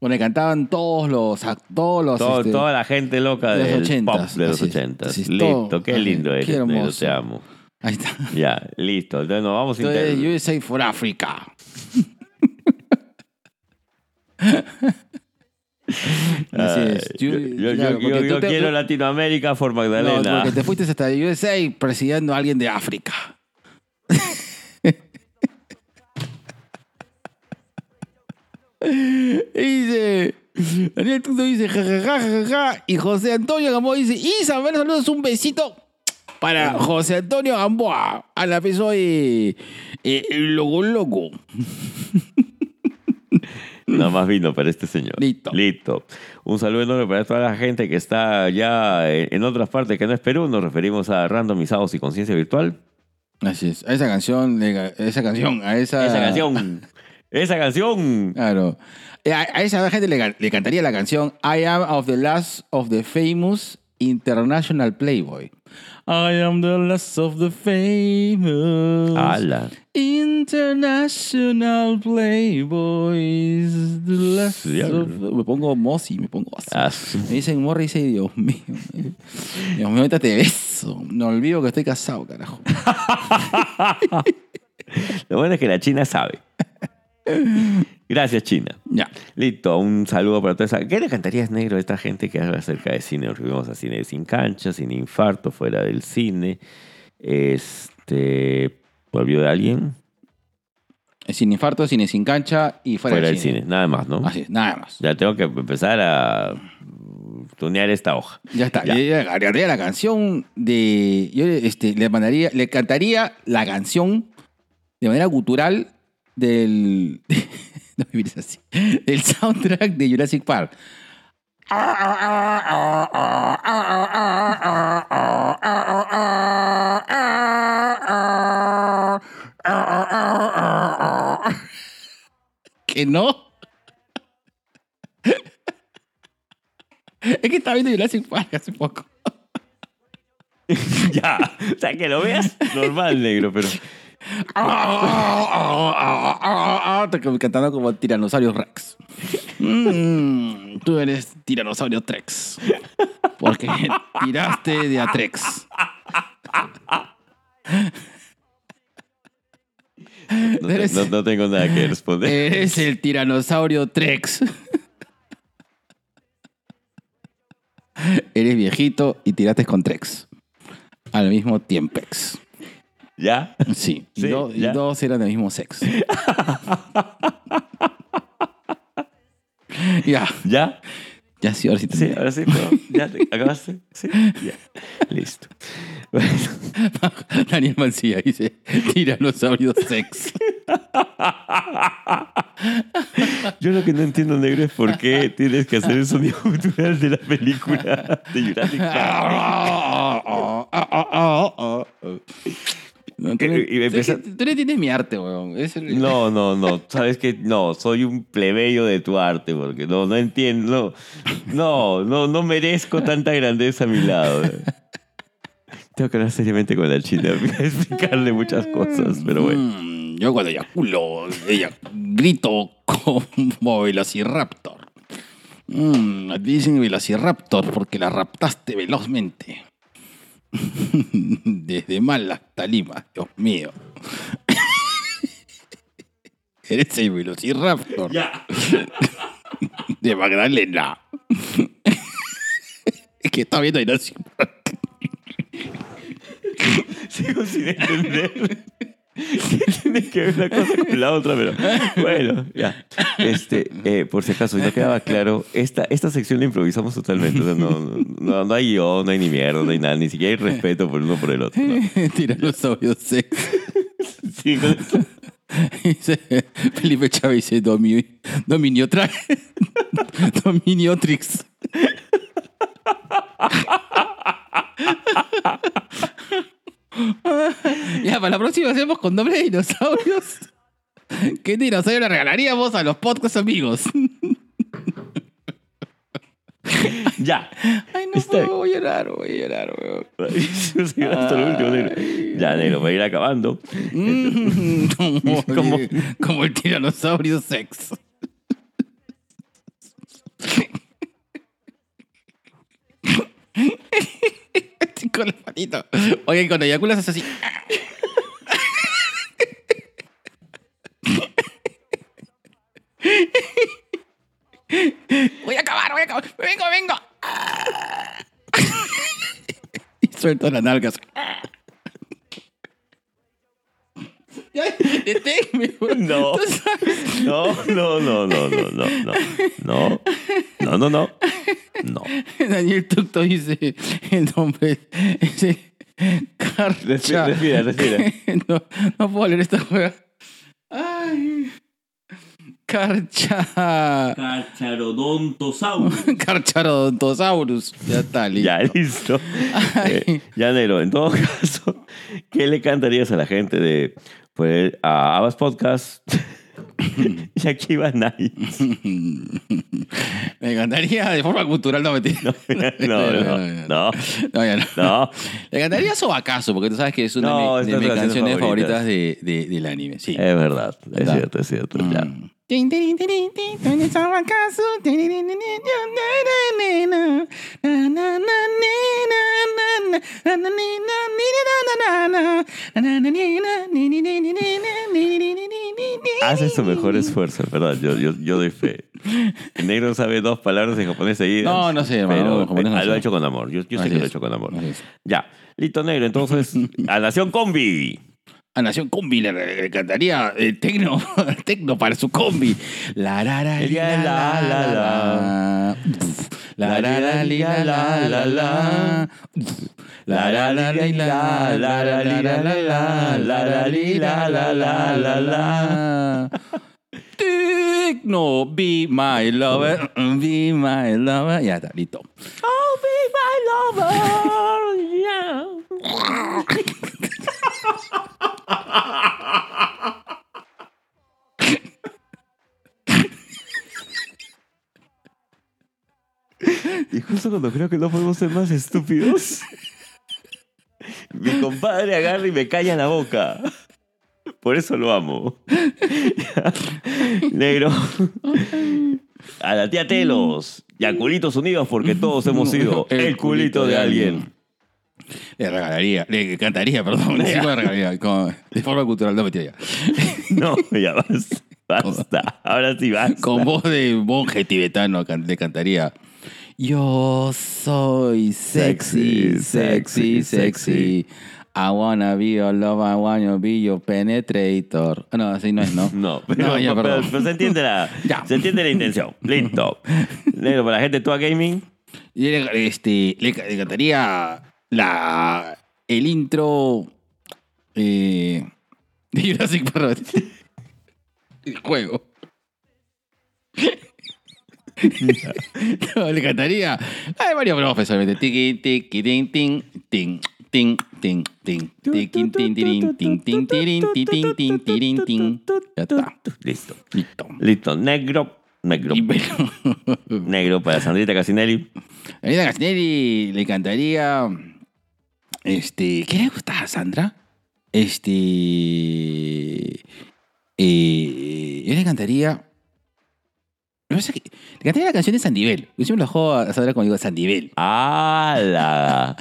Donde cantaban todos los act- todos los
Todo-
este,
toda la gente loca
de los
del
80s,
pop de los
así es,
80.
así es,
listo,
todo.
qué lindo
Qué
eres.
hermoso.
negro, te amo.
Ahí está.
Ya, listo. Entonces nos vamos a
Entonces,
inter-
USA
*laughs*
for Africa. Así es.
Ay, Ah, Yo, yo- yo-
claro,
yo-
porque
yo
tú te-
quiero
tú-
Latinoamérica por
No,
Magdalena.
porque te fuiste hasta USA presidiendo a alguien de África. *laughs* Y dice, Daniel Tuxo dice, jajaja, jajaja, y José Antonio Gamboa dice, Isabel, saludos, un besito para José Antonio Gamboa, a la vez soy eh, loco loco. *laughs*
Nada más vino para este señor.
Listo.
Listo. Un saludo enorme para toda la gente que está ya eh, en en otras partes que no es Perú. Nos referimos a Randomizados y Conciencia Virtual.
Así es, a esa canción, a esa canción, a esa...
Esa canción. Ah. *laughs* Esa canción.
Claro. Eh, A, a esa gente le, gan- le cantaría la canción I am of the last of the famous international playboy. I am the last of the famous
¡Hala!
international playboys. The last
Sí,
of the- Me pongo Mossy, me pongo así.
Ah, su-
Me dicen morra y dice, Dios mío. *laughs* Dios mío, ahorita te beso. No olvido que estoy casado, carajo.
Lo bueno es que la China
*laughs*
sabe. Gracias, China.
Ya.
Listo, un saludo para toda esa. ¿Qué le cantarías negro a esta gente que habla acerca de cine? Nos fuimos a cine sin cancha, sin infarto, fuera del cine. Este. ¿Volvió de alguien?
Sin infarto, cine sin cancha y fuera,
Fuera
del
del cine, nada más, ¿no?
Así es, nada más.
Ya tengo que empezar a tunear esta
*laughs*
hoja. *laughs*
Ya está.
Ya.
Yo le cantaría la canción de. Yo este, le mandaría, le cantaría la canción de manera gutural del. *laughs* no me mires así. Del soundtrack de Jurassic Park. ¿Que no? *laughs* Es que estaba viendo Jurassic Park hace poco.
ya, o sea, que lo veas normal, negro, pero.
Ah, Cantando ah, como Tiranosaurio Rex. Mm, tú eres Tiranosaurio Trex. Porque tiraste de Atrex.
No, te-
Eres-
no- no tengo nada que responder.
Eres el Tiranosaurio E Trex. Eres viejito y tiraste con Trex. Al mismo tiempo.
*laughs*
E
¿Ya?
Sí, y
Sí,
do- y
ya.
dos eran del
*laughs*
mismo sexo. ya,
¿Ya?
ya sí, ahora sí.
Sí,
terminé.
ahora sí, pero ¿Ya te acabaste? Sí, ya. Listo. Bueno,
Daniel Mancilla dice, tiranosaurio E
*laughs*
sex.
yo lo que no entiendo, negro, es por qué tienes que hacer el sonido *laughs* cultural de la película *laughs* de
*laughs*
Jurassic Park.
No, tú,
Y- y
no, es que
empezar-
tú no entiendes mi arte, weón. Es el-
No, no, no. Sabes que no, soy un plebeyo de tu arte, porque no, no entiendo. No, no, no merezco tanta grandeza a mi lado. Tengo que hablar seriamente con la china, *laughs* explicarle muchas cosas, pero bueno.
Mm, yo cuando eyaculo, ella grito como Velociraptor. Mm, a ti dicen Velociraptor porque la raptaste velozmente. *laughs* Desde Mala hasta Lima, Dios mío. *laughs* Eres el Velociraptor
Ya.
*laughs* de Magdalena. *laughs* es que está viendo ahí, no *laughs* sé.
Sigo sin entender. ¿Qué tiene que ver una cosa con la otra? Pero bueno, ya. Este, eh, por si acaso, no quedaba claro, esta, esta sección la improvisamos totalmente. O sea, no, no, no hay yo, no hay ni mierda, no hay nada, ni siquiera hay respeto por uno por el otro. ¿no?
Tiranosaurio sex.
Sí, con eso.
Dice, Felipe Chávez dice dominio, dominio tra- *laughs* Dominiotrix. *laughs* ya, para la próxima hacemos con doble de dinosaurios. *laughs* ¿Qué dinosaurio le regalaríamos a los podcast amigos? *laughs*
Ya. *laughs*
Ay, no
Está bien.
puedo, voy a llorar, voy a llorar, weón.
Sí, hasta el último, negro. Ya, negro, va a ir acabando.
Mm, *laughs* como,
Como-
como el tiranosaurio sex. con el patito. Oye, cuando eyaculas es así. Voy a acabar, voy a acabar. Vengo, vengo. Y suelto las nalgas. Ya, Deténme, weón.
*laughs* No.
Tú sabes.
No, no, no, no, no, no, no. No, no, no, no. No.
Daniel Tucto dice el nombre. Dice,
Respira,
Carcha.
respira, respira.
No, no puedo leer esta juega. Ay. Carcha.
Carcharodontosaurus.
Carcharodontosaurus. Ya está, listo.
*laughs* Ya, listo.
Ay.
Eh, ya, Nero, en todo caso, ¿qué le cantarías a la gente de pues, a Abbas *laughs* Podcast? y aquí va Nai.
Me encantaría de forma cultural, no mentira.
No, *laughs* no, no. No,
Este, No, ya no.
no.
Le encantaría Sobacazo, porque tú sabes que es una
No,
de,
es
mi- de
una de
mis
las
canciones
canciones Eh.
favoritas, de, de- del anime. Sí.
Es verdad, es
¿Verdad?
cierto, es cierto. ya.
Mm. Tin, tin, tin, tin, tin, tin, tin, Sobacazo, tin, tin, tin, tin, tin, na, na, na, na, na, na, na, na, na, na, na, na, na, na, na, na, na, na, na, na, na, na, na, ni, ni, ni, ni, ni, ni, ni, ni, ni, ni, ni.
Haces tu mejor esfuerzo, es verdad. Yo, yo, yo doy fe. El negro sabe dos palabras en japonés seguidas.
No, no sé, hermano,
Pero
en japonés no
ah, lo
sé.
ha hecho con amor. Yo, yo sé
Así
que lo ha
es.
hecho con amor.
Así es.
Ya. Listo, negro. Entonces, a Nación Combi.
A Nación Ah, Combi le, le- le cantaría eh, tecno, *laughs* tecno para su combi. La la la li, la la la la. Uf. La la la li, la la la la. Uf. La la la li, la la la li, la la la. La la li, la la la la la. Tecno, be my lover, mm, be my lover. Ya está, listo.
Y justo cuando creo que no podemos ser más estúpidos, mi compadre agarra y me calla la boca. Por eso lo amo. Ya. Negro. A la tía Telos. Y a culitos unidos porque todos hemos sido
El
el culito de alguien.
Le regalaría, le cantaría, perdón, sí, le *laughs* regalaría, con- de forma cultural, no mentira ya.
No, ya basta. Basta. Ahora sí basta.
Con voz de monje tibetano can- le cantaría. Yo soy sexy,
Sexy, sexy.
sexy, sexy. I wanna be your love, I wanna be your penetrator. Ah, No, así no es, ¿no?
No, pero,
No, ya,
pero-
perdón.
pero se entiende la,
*laughs* Ya.
se entiende la intención. Listo. Negro, para la gente de Tua Gaming.
Y le, este, le, ca- le cantaría la, el intro eh, de Jurassic Park. El juego. No, le cantaría la de Mario Bros. Solamente. Tiki, tiki, tin, tin, tin. Tin, tin, tin, tiquin, tin, tirin, tin, tin, tirin, ti, tin, tin, tirin, tin. Ya está,
Listo.
listo.
Listo. Negro. Negro.
Y bueno,
Negro para Sandrita Casinelli.
Daniela Gastinelli le cantaría. Este. ¿Qué le gustaba a Sandra? Este. eh, yo le cantaría. No sé qué. Le cantaría la canción de Sandivel. Yo siempre la juego a Sandra cuando digo Sandivel.
¡Hala!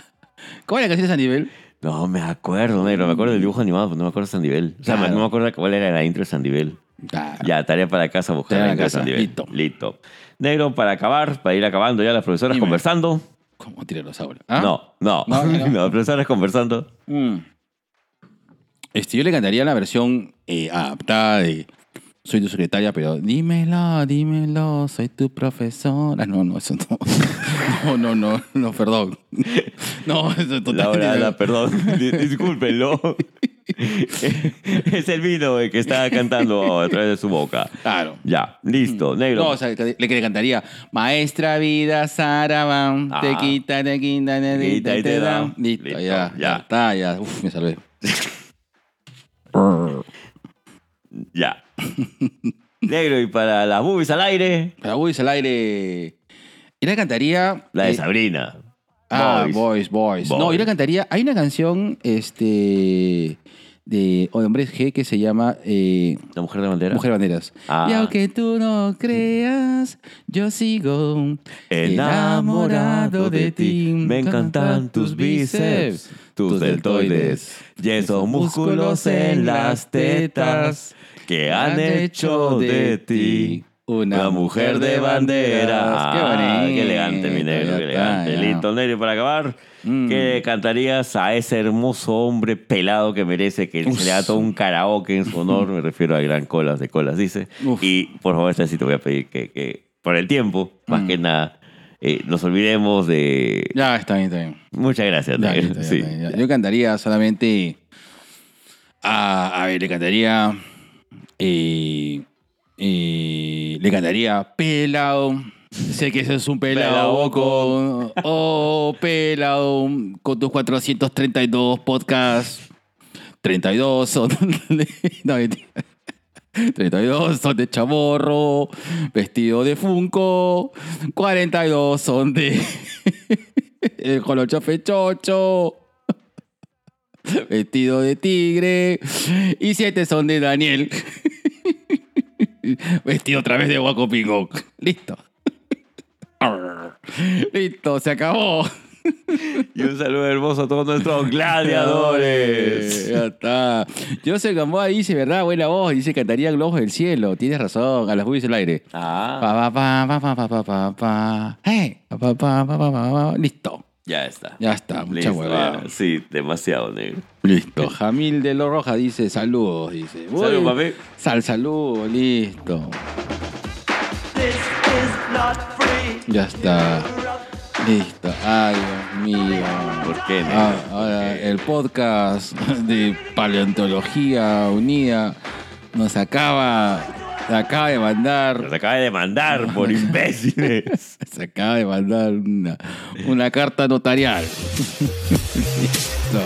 ¿Cuál es la canción de Sandivel?
No me acuerdo, negro. Me acuerdo del dibujo animado, pero no me acuerdo de Sandivel. O sea,
Claro.
no me acuerdo cuál era la intro de Sandivel.
Ah,
Ya, tarea para casa, buscar
Tarea
la intro
para
de
casa,
Sandivel.
listo.
Negro para acabar, para ir acabando ya las profesoras
Dime.
conversando.
¿Cómo tiranosaurio? ¿Ah?
No, no, *laughs* no,
No, no, no.
las profesoras conversando.
Mm. Este, yo le cantaría la versión eh, adaptada de Soy tu secretaria, pero dímelo, dímelo, soy tu profesora. No, no, eso no. *laughs* No, no, no, no, perdón. *laughs* No, eso es totalmente.
Laura, la, perdón,
*laughs*
di- discúlpenlo. *laughs* es el vino el que está cantando a través de su boca.
Claro.
Ya, listo, negro.
Mm. No, o sea, le, le cantaría Maestra vida, Sarabán,
Ah.
te quita, te quita, te
Te quita
quita,
y
y
te
te
da.
da. Listo,
Listo,
ya,
ya.
ya, está, ya. Uf,
*laughs*
me salvé.
Ya. negro, y para las boobies al aire,
Pero uy, al aire. Y le cantaría.
la de
eh,
Sabrina.
Ah,
Boys.
Boys, Boys. No,
Boys.
yo le cantaría. Hay una canción este, de, o de hombres G que se llama eh,
La mujer de bandera.
Mujer Banderas.
Ah.
Y aunque tú no creas, yo sigo
Enamorado de ti, me encantan tus bíceps, tus deltoides, y esos músculos en las tetas que han hecho de ti una mujer de bandera.
Qué
Ah,
bonito.
qué elegante, mi negro, qué
Ya
elegante.
está, ya.
Listo, negro, y para acabar,
Mm.
¿qué le cantarías a ese hermoso hombre pelado que merece que
Uf.
se le haga todo un karaoke en su honor? Me refiero a Gran Colas de Colas, dice.
Uf.
Y por favor, esta sí te voy a pedir que, que por el tiempo, más
Mm.
que nada, eh, nos olvidemos de...
Ya, está bien, está bien.
Muchas gracias,
Ya,
negro.
ya, ya,
Sí.
ya. Yo cantaría solamente. ah, A, a ver, le cantaría. eh, eh, le cantaría Pelao. Sé que ese es un pelao con. Oh, pelao. Con tus 432 podcasts. 32 son. no, mentira. 32 son de chaborro, vestido de Funko. 42 son de. *laughs* El colocho fechocho. Vestido de tigre. Y siete son de Daniel. Vestido otra vez de Guaco Pingón. *laughs* Listo. Arr. Listo, se acabó.
Y un saludo hermoso a todos
*laughs*
nuestros gladiadores.
Ya está. Yo se Gamboa dice, ¿verdad? Buena voz. Dice, cantaría globos del cielo. Tienes razón. A las bubis del aire.
Ah,
Pa, pa, pa, pa, pa, pa, pa, pa. Hey, pa, pa, pa, pa, pa, pa, pa. Listo.
ya está.
Ya está. Mucha
Listo,
huevada.
ya. Sí, demasiado, negro.
Listo. Jamil de Lo Roja dice saludos, dice. Uy,
Salud, papi.
Sal, saludo, listo. Ya está. Listo. Ay, Dios mío.
¿Por qué, negro?
Ah, ahora, el podcast *laughs* de Paleontología Unida nos acaba, acaba de mandar
Nos acaba de demandar
*laughs*
por imbéciles.
Se acaba de mandar una, una carta notarial. *laughs* Listo.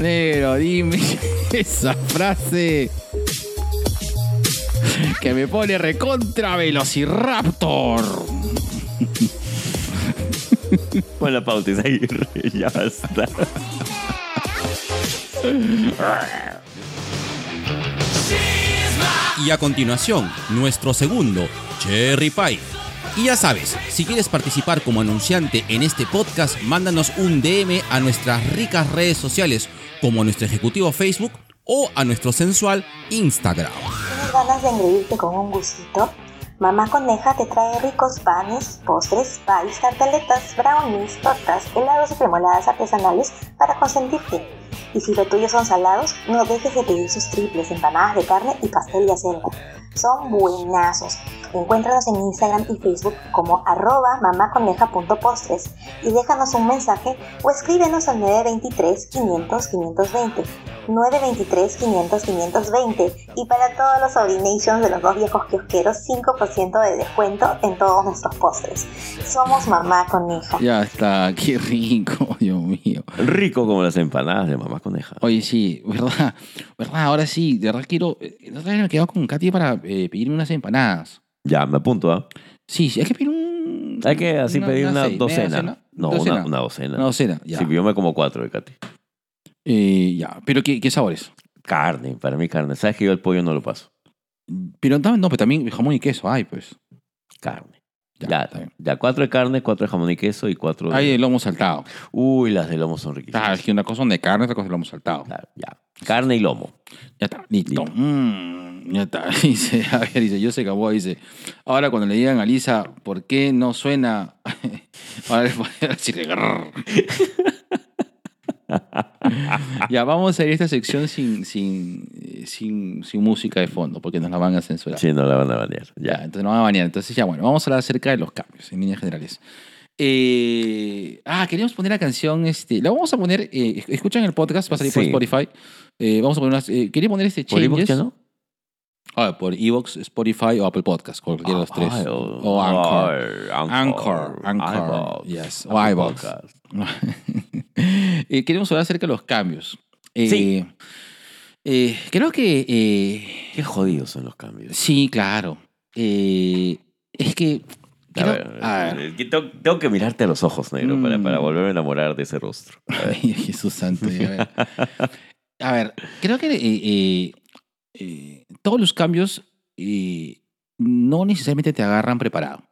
Negro, dime *laughs* esa frase que me pone recontra velociraptor.
Pon la pauta, Isaguirre. *laughs* Ya basta.
Ah, Y a continuación, nuestro segundo, Cherry Pie. Y ya sabes, si quieres participar como anunciante en este podcast, mándanos un DM a nuestras ricas redes sociales, como a nuestro ejecutivo Facebook o a nuestro sensual Instagram.
¿Tienes ganas de engreírte con un gustito? Mamá Coneja te trae ricos panes, postres, pies, tartaletas, brownies, tortas, helados y premoladas artesanales para consentirte. Y si lo tuyo son salados, no dejes de pedir sus triples, empanadas de carne y pastel de acelga. Son buenazos. Encuéntranos en Instagram y Facebook como arroba mamaconeja.postres y déjanos un mensaje o escríbenos al 923 500 520. 923 500 520 y para todos los Orinations de los dos viejos kiosqueros 5% de descuento en todos nuestros postres. Somos Mamá Coneja.
Ya está, qué rico, *laughs* Dios mío.
Rico como las empanadas de mamá coneja.
Oye, sí, *laughs* ¿verdad? ¿Verdad? Ahora sí, de verdad quiero. La otra vez me quedo con Katy para eh, pedirme unas empanadas.
Ya, me apunto, ¿ah?
Sí, sí, hay que pedir un.
Hay que así pedir una
seis, media
docena. No, una-
Docena.
una docena.
Una docena, ya.
Sí, yo me como cuatro, de Katy.
Eh, ya, pero ¿qué, qué sabores?
Carne, para mí carne. ¿Sabes que yo el pollo no lo paso?
Pero tam- no, pero también jamón y queso hay, pues.
Carne.
Ya,
Ya,
está
ya,
bien.
cuatro de carne, cuatro de jamón y queso y cuatro de...
Hay el lomo saltado.
Uy, las de lomo son
Ah,
riquísimas.
es que una cosa son de carne, otra cosa es lomo saltado.
Claro, ya. Carne y lomo.
Ya está, listo.
Listo.
Mm, ya está. *laughs* Dice, a ver, dice, yo se acabó, dice. Ahora cuando le digan a Lisa, ¿por qué no suena? *laughs* Ahora le voy a decirle. "Grrr". *laughs* ya, vamos a ir a esta sección sin, sin, eh, sin, sin música de fondo, porque nos la van a censurar.
Sí, no la van a banear.
Ya,
Ya.
entonces no van a bañar. Entonces, ya, bueno, vamos a hablar acerca de los cambios en líneas generales. Eh, ah, queríamos poner la canción. Este, la vamos a poner. eh, escuchan el podcast, va a salir
Sí.
por Spotify. Eh, vamos a poner unas. eh, quería poner este
¿Por
Changes.
iVoox ya no?
Ah, por Evox, Spotify o Apple Podcast, cualquiera de los tres. *laughs*
Ay,
o Anchor. Anchor,
Anchor.
Anchor,
iVoox,
yes, o
Apple
iVoox.
Podcast.
Eh, queremos hablar acerca de los cambios. Eh,
Sí.
eh, creo que. eh,
Qué jodidos son los cambios.
Sí, claro. Eh, es que
A
Creo-
ver,
Ah.
eh, que tengo, tengo que mirarte a los ojos, negro, para,
Mm.
para volverme a enamorar de ese rostro. A ver.
Ay, Jesús santo. ya, A ver. A ver, creo que eh, eh, eh, todos los cambios eh, no necesariamente te agarran preparado.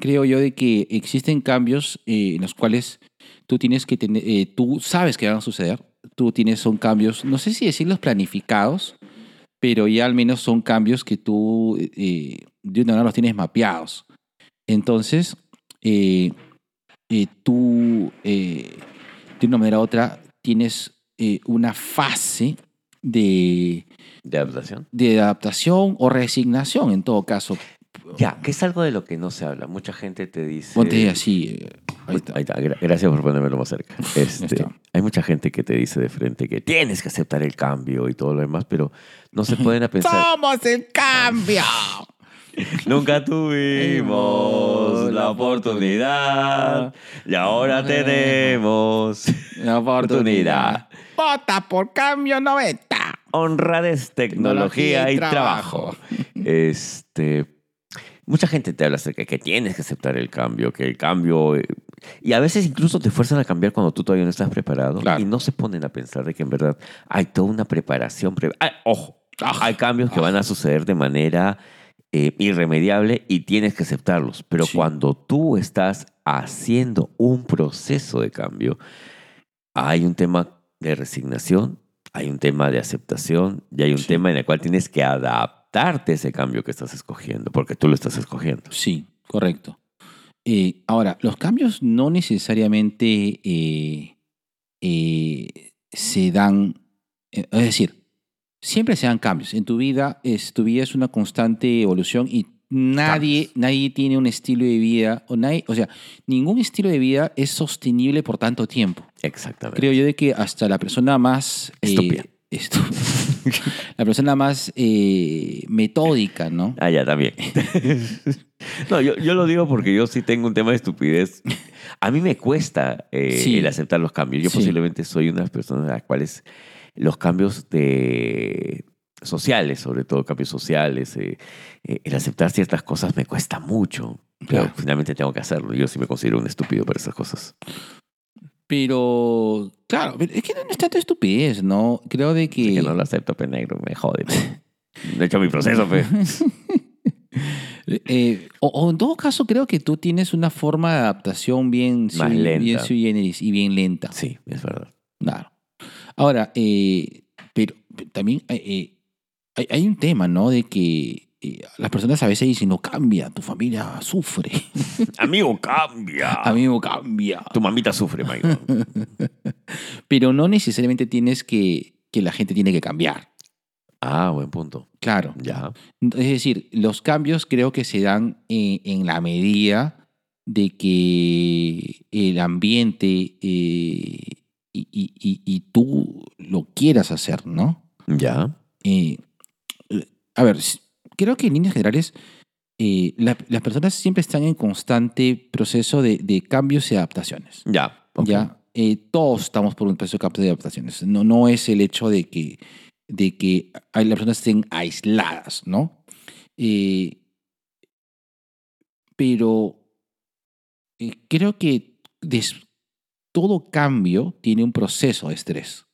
Creo yo de que existen cambios eh, en los cuales tú tienes que tener, eh, tú sabes que van a suceder. Tú tienes son cambios, no sé si decirlos planificados, pero ya al menos son cambios que tú eh, de una manera los tienes mapeados. Entonces, eh, eh, tú eh, de una manera u otra tienes eh, una fase de,
¿De adaptación?
de adaptación o resignación en todo caso.
Ya, que es algo de lo que no se habla. Mucha gente te dice...
Ponte así. eh, ahí está.
Ahí está, gra- Gracias por ponérmelo más
*laughs*
cerca. Este,
está.
hay mucha gente que te dice de frente que tienes que aceptar el cambio y todo lo demás, pero no se pueden a pensar.
*laughs*
*laughs*
¡Somos el cambio!
Nunca tuvimos la oportunidad y ahora tenemos
La
oportunidad.
¡Vota por cambio 90!
honrades, tecnología
Tecnología y
y trabajo. Este, mucha gente te habla acerca de que tienes que aceptar el cambio, que el cambio... eh, Y a veces incluso te fuerzan a cambiar cuando tú todavía no estás preparado
Claro.
y no se ponen a pensar de que en verdad hay toda una preparación. pre- Ah, ojo, hay cambios que van a suceder de manera eh, irremediable y tienes que aceptarlos. Pero
Sí.
cuando tú estás haciendo un proceso de cambio, hay un tema de resignación, hay un tema de aceptación y hay un
Sí.
tema en el cual tienes que adaptarte a ese cambio que estás escogiendo, porque tú lo estás escogiendo.
Sí, correcto. Eh, ahora, los cambios no necesariamente eh, eh, se dan, eh, es decir, siempre se dan cambios. En tu vida, es, tu vida es una constante evolución y nadie, nadie tiene un estilo de vida, o, nadie, o sea, ningún estilo de vida es sostenible por tanto tiempo.
Exactamente.
Creo yo de que hasta la persona más... eh,
Estúpida.
estu- *laughs* la persona más eh, metódica, ¿no?
Ah, ya,
*laughs*
también. no, yo, yo lo digo porque yo sí tengo un tema de estupidez. A mí me cuesta eh,
Sí.
el aceptar los cambios. Yo
Sí.
posiblemente soy una de las personas a las cuales los cambios de sociales, sobre todo cambios sociales, eh, eh, el aceptar ciertas cosas me cuesta mucho. Pero
Claro.
finalmente tengo que hacerlo. Yo sí me considero un estúpido para esas cosas.
Pero, claro, pero es que no es tanto estupidez, ¿no? Creo de
Así
que...
que no lo acepto, pe negro. Me jode. pues. pe. *laughs* No he hecho mi proceso, pe.
Eh, o, o en todo caso, creo que tú tienes una forma de adaptación bien,
Más lenta.
bien sui generis y bien lenta.
Sí, es verdad.
Claro. Ahora, eh, pero también eh, eh, hay, hay un tema, ¿no? De que eh, las personas a veces dicen, no cambia, tu familia sufre, *laughs*
Amigo, cambia.
a mí no cambia.
Tu mamita sufre, Michael.
Pero no necesariamente tienes que, que la gente tiene que cambiar.
Ah, buen punto.
Claro.
Ya.
Es decir, los cambios creo que se dan eh, en, la medida de que el ambiente eh, y, y- y- y tú lo quieras hacer, ¿no?
Ya.
Eh, eh, a ver, s- creo que en líneas generales eh, la- las personas siempre están en constante proceso de, de cambios y adaptaciones.
Ya. ok.
¿ya? Eh, todos estamos por un proceso de capta de adaptaciones. No, no es el hecho de que, de que hay- las personas estén aisladas, ¿no? Eh, pero eh, creo que des- todo cambio tiene un proceso de estrés.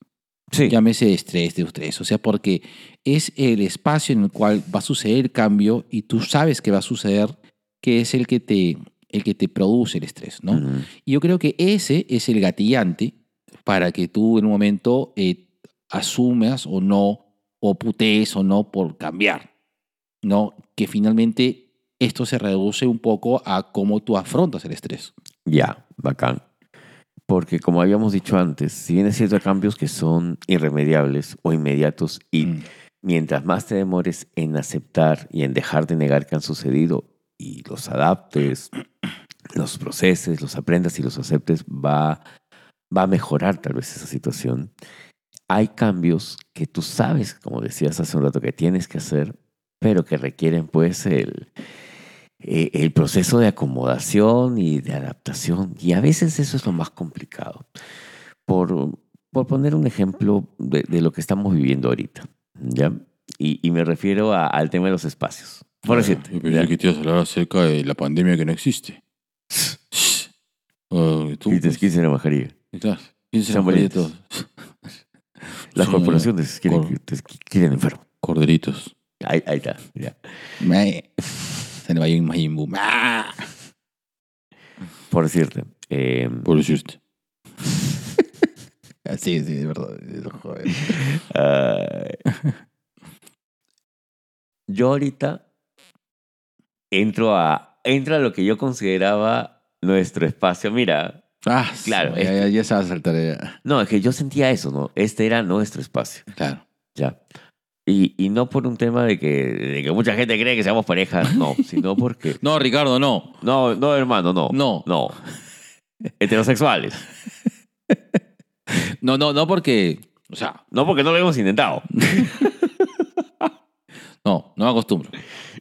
Sí.
Llámese estrés de estrés. O sea, porque es el espacio en el cual va a suceder el cambio y tú sabes que va a suceder, que es el que te, el que te produce el estrés, ¿no?
Ujú.
Y yo creo que ese es el gatillante para que tú en un momento eh, asumas o no, o putees o no por cambiar. ¿No? Que finalmente esto se reduce un poco a cómo tú afrontas el estrés.
Ya. Bacán. Porque como habíamos dicho antes, si bien es cierto, hay cambios que son irremediables o inmediatos y
Mm.
mientras más te demores en aceptar y en dejar de negar que han sucedido y los adaptes, los proceses, los aprendas y los aceptes, va, va a mejorar tal vez esa situación. Hay cambios que tú sabes, como decías hace un rato, que tienes que hacer, pero que requieren pues el, eh, el proceso de acomodación y de adaptación. Y a veces eso es lo más complicado. Por, por poner un ejemplo de, de lo que estamos viviendo ahorita, ¿ya? Y, y me refiero a- al tema de los espacios. Por decirte.
Yo pensé
Ya.
que te ibas a hablar acerca de la pandemia que
*laughs*
no existe. Ah, ¿Tú?
Y te esquisen la mascarilla.
¿Qué tal? ¿Quién se
Son
la pone
bonitos.
todos?
*laughs*
Las
Sí,
corporaciones quieren,
Cor-
que te esqui- quieren enfermo.
Corderitos.
Ahí, ahí está. ya.
Me- Se le va a ir un Majin Buu. Ah.
Por decirte. eh,
Por decirte.
*laughs* Sí, sí, de verdad. de- joder.
Ay. yo ahorita entro a entra a lo que yo consideraba nuestro espacio. Mira,
Ah, *laughs*
Claro,
Ya, ya, ya se va a saltar. ya.
no, es que yo sentía eso, ¿no? Este era nuestro espacio,
Claro.
ya. Y, y no por un tema de que, de que mucha gente cree que seamos parejas, no, sino porque...
No, Ricardo, no.
No, no, hermano, no.
No.
*laughs*
No. Heterosexuales.
No, no, no, porque. O sea,
No porque no lo hemos intentado.
no, no me acostumbro.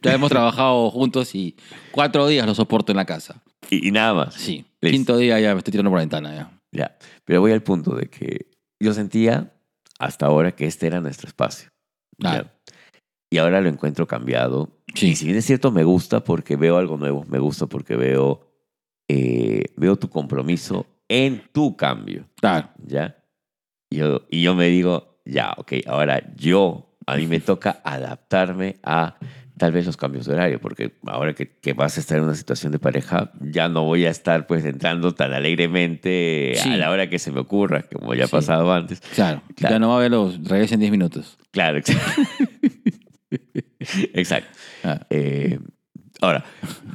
Ya hemos trabajado juntos y cuatro días lo soporto en la casa.
Y, y nada más.
Sí.
Listo.
Quinto día ya me estoy tirando por la ventana. Ya.
Ya, pero voy al punto de que yo sentía hasta ahora que este era nuestro espacio.
Claro.
Ya. Y ahora lo encuentro cambiado.
Sí.
Y si bien es cierto, me gusta porque veo algo nuevo, me gusta porque veo, eh, veo tu compromiso en tu cambio,
Claro.
¿ya? Y yo, y yo me digo, ya, ok, ahora yo, a
*laughs*
mí me toca adaptarme a tal vez los cambios de horario, porque ahora que, que vas a estar en una situación de pareja, ya no voy a estar pues entrando tan alegremente
Sí.
a la hora que se me ocurra, como ya ha
Sí.
pasado antes.
Claro.
Claro.
Ya no va a ver los regresen en 10 minutos.
Claro, exacto. *laughs* exacto.
Ah.
Eh, ahora,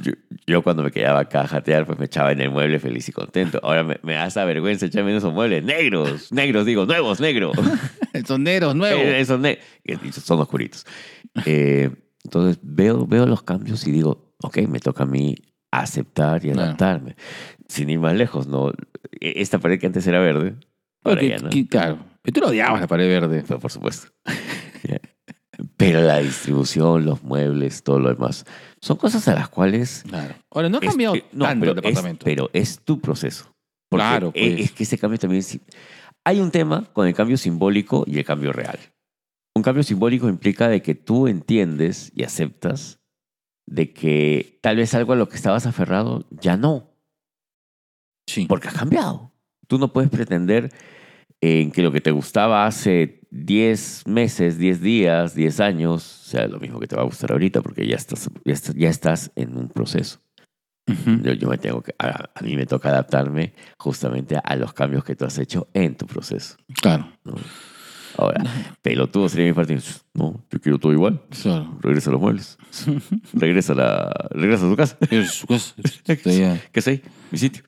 yo, yo cuando me quedaba acá a jatear, pues me echaba en el mueble feliz y contento. Ahora me, me da esa vergüenza echarme en esos muebles negros, negros, digo, nuevos, negros.
Son negros nuevos.
Eh, esos ne- que son oscuritos. Eh, entonces veo, veo los cambios y digo, ok, me toca a mí aceptar y
Claro.
adaptarme. Sin ir más lejos, ¿no? E- Esta pared que antes era verde, ahora
Porque-
ya no.
que- claro. Pero tú lo odiabas la pared verde.
Pero, por supuesto. *laughs* Ya. Pero la distribución, los muebles, todo lo demás, son cosas a las cuales...
Claro. Ahora, no ha
es-
cambiado
eh, no,
tanto
pero
el departamento.
Es, pero es tu proceso. Porque
Claro,
e-
pues.
Es, que ese cambio también... es- Hay un tema con el cambio simbólico y el cambio real. Un cambio simbólico implica de que tú entiendes y aceptas de que tal vez algo a lo que estabas aferrado ya no,
sí.
porque has cambiado. Tú no puedes pretender en que lo que te gustaba hace 10 meses, 10 días, 10 años, sea lo mismo que te va a gustar ahorita, porque ya estás, ya estás, ya estás en un proceso.
Ujú.
Yo, yo me tengo que, a, a mí me toca adaptarme justamente a, los cambios que tú has hecho en tu proceso.
Claro.
Ahora, pelotudo sería mi parte. No, yo quiero todo igual.
Claro.
Regresa a los muebles. Regresa a, la, regresa a tu casa. *laughs*
Es su casa. Está ya.
¿Qué sé? Mi sitio.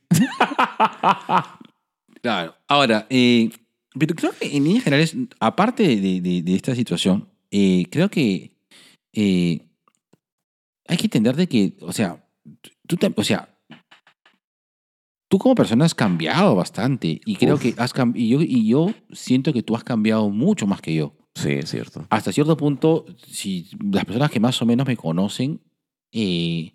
Claro. Ahora, eh, pero creo que en líneas generales, aparte de, de- de esta situación, eh, creo que eh, hay que entender de que, o sea, tú, tam- o sea, tú como persona has cambiado bastante y creo
Uf.
que has cambiado, y yo, y yo siento que tú has cambiado mucho más que yo.
Sí, es cierto.
Hasta cierto punto, si las personas que más o menos me conocen, eh,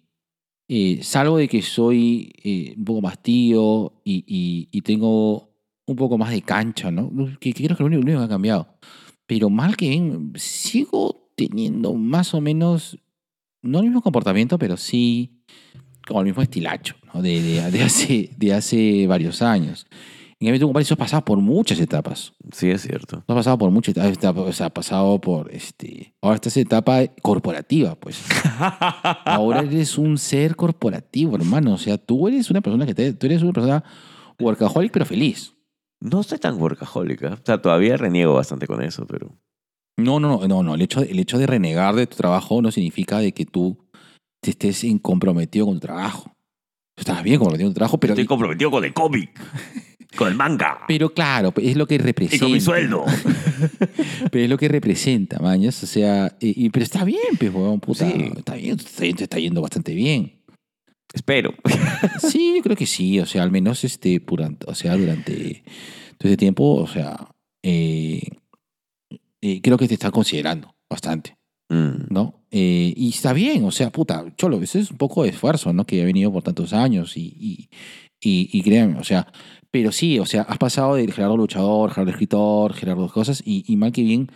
eh, salvo de que soy eh, un poco más tío y, y- y tengo un poco más de cancha, ¿no? Que, que creo que lo único, lo único que ha cambiado. Pero mal que bien, sigo teniendo más o menos, no el mismo comportamiento, pero sí como el mismo estilacho, ¿no? De, de- de hace, de hace varios años. En cambio, tú, compadre, eso has pasado por muchas etapas.
Sí, es cierto.
No ha pasado por muchas etapas, está- o sea, ha pasado por este. Ahora esta es etapa corporativa, pues.
*laughs*
Ahora eres un ser corporativo, hermano. O sea, tú eres una persona que te, tú eres una persona workaholic pero feliz.
No soy tan workahólica. O sea, todavía reniego bastante con eso, pero.
No, no, no, no, no. El hecho, el hecho de renegar de tu trabajo no significa de que tú te estés comprometido con tu trabajo. Tú Estás bien comprometido con tu trabajo, pero
Estoy comprometido con el cómic,
*laughs*
con el manga
pero claro, es lo que representa.
y con mi sueldo.
Pero es lo que representa, mañas. O sea, y, y- pero está bien, pues, huevón, puta.
Sí.
Está bien, te está- te está yendo bastante bien.
Espero.
Sí, yo creo que sí. O sea, al menos este, durante, o sea, durante todo ese tiempo, o sea, eh, eh, creo que te está considerando bastante,
Mm,
¿no? Eh, y está bien, o sea, puta, cholo, ese es un poco de esfuerzo, ¿no? Que ha venido por tantos años y, y, y, y créanme, o sea, pero sí, o sea, has pasado del Gerardo luchador, Gerardo escritor, Gerardo cosas, y, y mal que bien,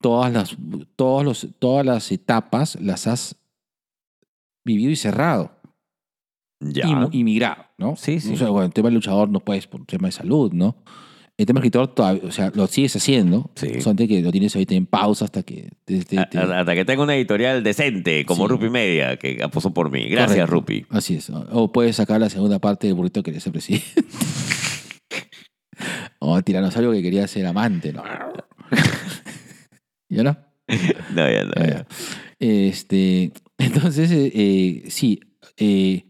todas las, todos los, todas las etapas las has
vivido y cerrado
Ya.
y mu- y migrado, ¿no?
Sí, sí.
O sea, bueno, el tema del luchador no puedes por tema de salud, ¿no? El tema del escritor todavía, o sea, lo sigues haciendo,
Sí. Ah,
solamente que lo tienes ahorita en pausa hasta que te- te- te-
A- a- Hasta que tenga una editorial decente, como
Sí.
Rupi Media, que apostó por mí. Gracias,
Correcto.
Rupi.
Así es. O puedes sacar la segunda parte del burrito que quería ser presidente. o oh, tiranosaurio que quería ser amante, ¿no? ¿Ya no?
No, ya, no,
Ah,
ya.
ya. Este, entonces, eh, eh, sí. eh,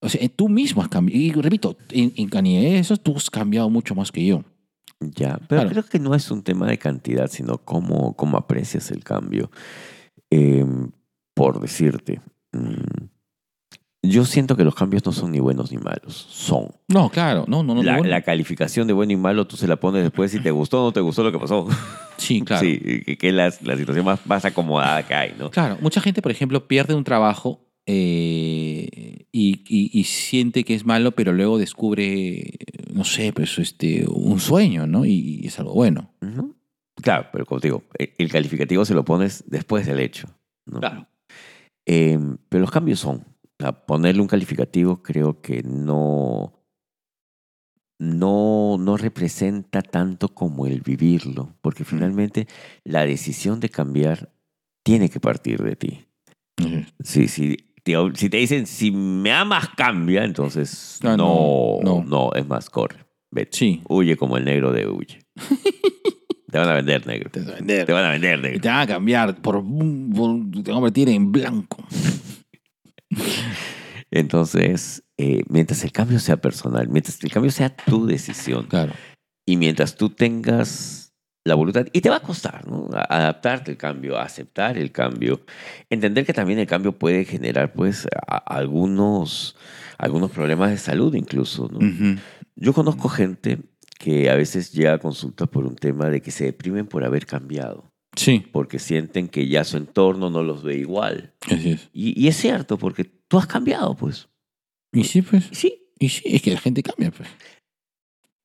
o sea, tú mismo has cambiado. Y repito, en, en Kanye, eso tú has cambiado mucho más que yo.
Ya, pero
Claro.
creo que no es un tema de cantidad, sino cómo, cómo aprecias el cambio. Eh, por decirte, mm, yo siento que los cambios no son ni buenos ni malos, son.
No, claro. No, no, no.
la,
no.
la calificación de bueno y malo tú se la pones después si te gustó o no te gustó lo que pasó. *laughs*
sí, claro.
Sí, que, que es la, la situación más, más acomodada que hay, ¿no?
Claro, mucha gente, por ejemplo, pierde un trabajo eh, y, y- y siente que es malo, pero luego descubre, no sé, pues este, un sueño, ¿no? Y, y es algo bueno.
Ujú. Claro, pero como te digo, e- el calificativo se lo pones después del hecho. ¿no?
Claro.
Eh, pero los cambios son. A ponerle un calificativo creo que no, no, no representa tanto como el vivirlo, porque finalmente la decisión de cambiar tiene que partir de ti. Sí, sí. Te ob- si te dicen, si me amas, cambia, entonces
Ah,
no,
no,
no,
no.
es más, corre. Vete.
Sí.
Huye como el negro de
*laughs*
huye. te van a vender, negro.
Te van a vender.
Te van a vender,
Y
negro.
te van a cambiar, por, por- te van a convertir en blanco.
Entonces, eh, mientras el cambio sea personal, mientras el cambio sea tu decisión
Claro.
y mientras tú tengas la voluntad, y te va a costar, ¿no? A- Adaptarte al cambio, aceptar el cambio, entender que también el cambio puede generar, pues, a- algunos, algunos problemas de salud incluso, ¿no? Yo conozco gente que a veces llega a consulta por un tema de que se deprimen por haber cambiado,
Sí,
porque sienten que ya su entorno no los ve igual.
así es.
Y, y es cierto, porque tú has cambiado, pues.
Y sí, pues.
Y sí,
Y sí, es que la gente cambia, pues.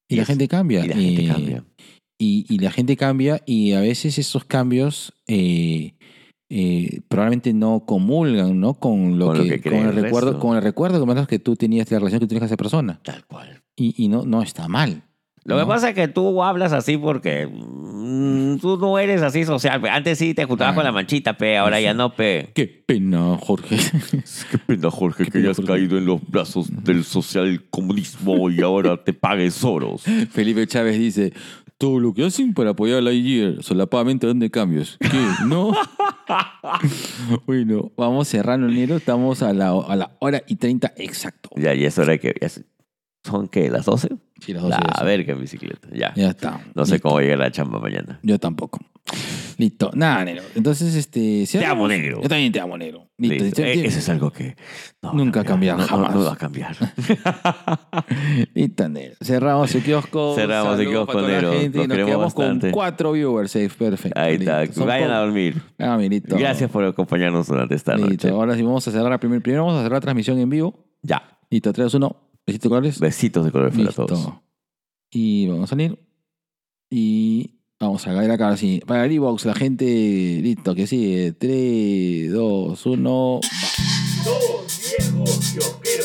Y,
Y
la
es-
gente cambia.
y la gente
eh,
cambia.
y, y la gente cambia y a veces esos cambios eh, eh, probablemente no comulgan ¿no? con lo
Con lo
que,
que cree
con el,
el
recuerdo
resto.
con el recuerdo con menos que tú tenías la relación que tú tenías con esa persona
Tal cual.
y, y no no está mal
Lo que
¿no?
pasa es que tú hablas así porque mm, tú no eres así social. pe. Antes sí te juntabas
Ah.
con la manchita, pe, ahora
Sí.
ya no, pe.
qué pena Jorge *laughs*
Qué pena, Jorge,
Qué que pena, hayas Jorge. caído
en los brazos del social comunismo y ahora te pagues oros.
Felipe Chávez dice todo lo que hacen para apoyar a la IG solapadamente donde cambios ¿Qué? no *laughs* bueno vamos cerrando enero estamos a la, a la hora y 30 exacto
*laughs* Ya, y es hora de que. ya es- ¿Son qué? ¿Las 12?
Sí, las doce
La
ya son.
verga en bicicleta. Ya.
ya está
No sé
Listo.
cómo llegar a la chamba mañana.
Yo tampoco. Listo. Nada, negro. Entonces, este. cerramos.
amo, negro.
Yo también te amo, negro. Listo.
Listo.
Te-
Eh,
te-
Eso es algo que. no va a
Nunca
cambiar.
cambiar,
No, no,
jamás.
No, va a
*laughs*
cambiar.
Listo, negro. Cerramos el kiosco.
eh. *laughs* Cerramos el
Saludos
kiosco,
para toda la
negro.
gente.
Los
Y nos
queremos
quedamos
bastante.
con cuatro viewers. eh, Perfecto.
Ahí
Listo.
está.
Son
Vayan a
pocos.
dormir.
Ah, minito.
Gracias por acompañarnos durante esta
Listo.
noche.
Ahora sí vamos a cerrar la primera. Primero vamos a cerrar la transmisión en vivo.
Ya.
Listo, 3, 1. Besitos colores.
Besitos de color para
Listo.
todos.
Y vamos a salir. Y vamos a caer acá así. Para el Evox, la gente. Listo, que sigue. 3, 2, 1.
Dos viejos piojeros.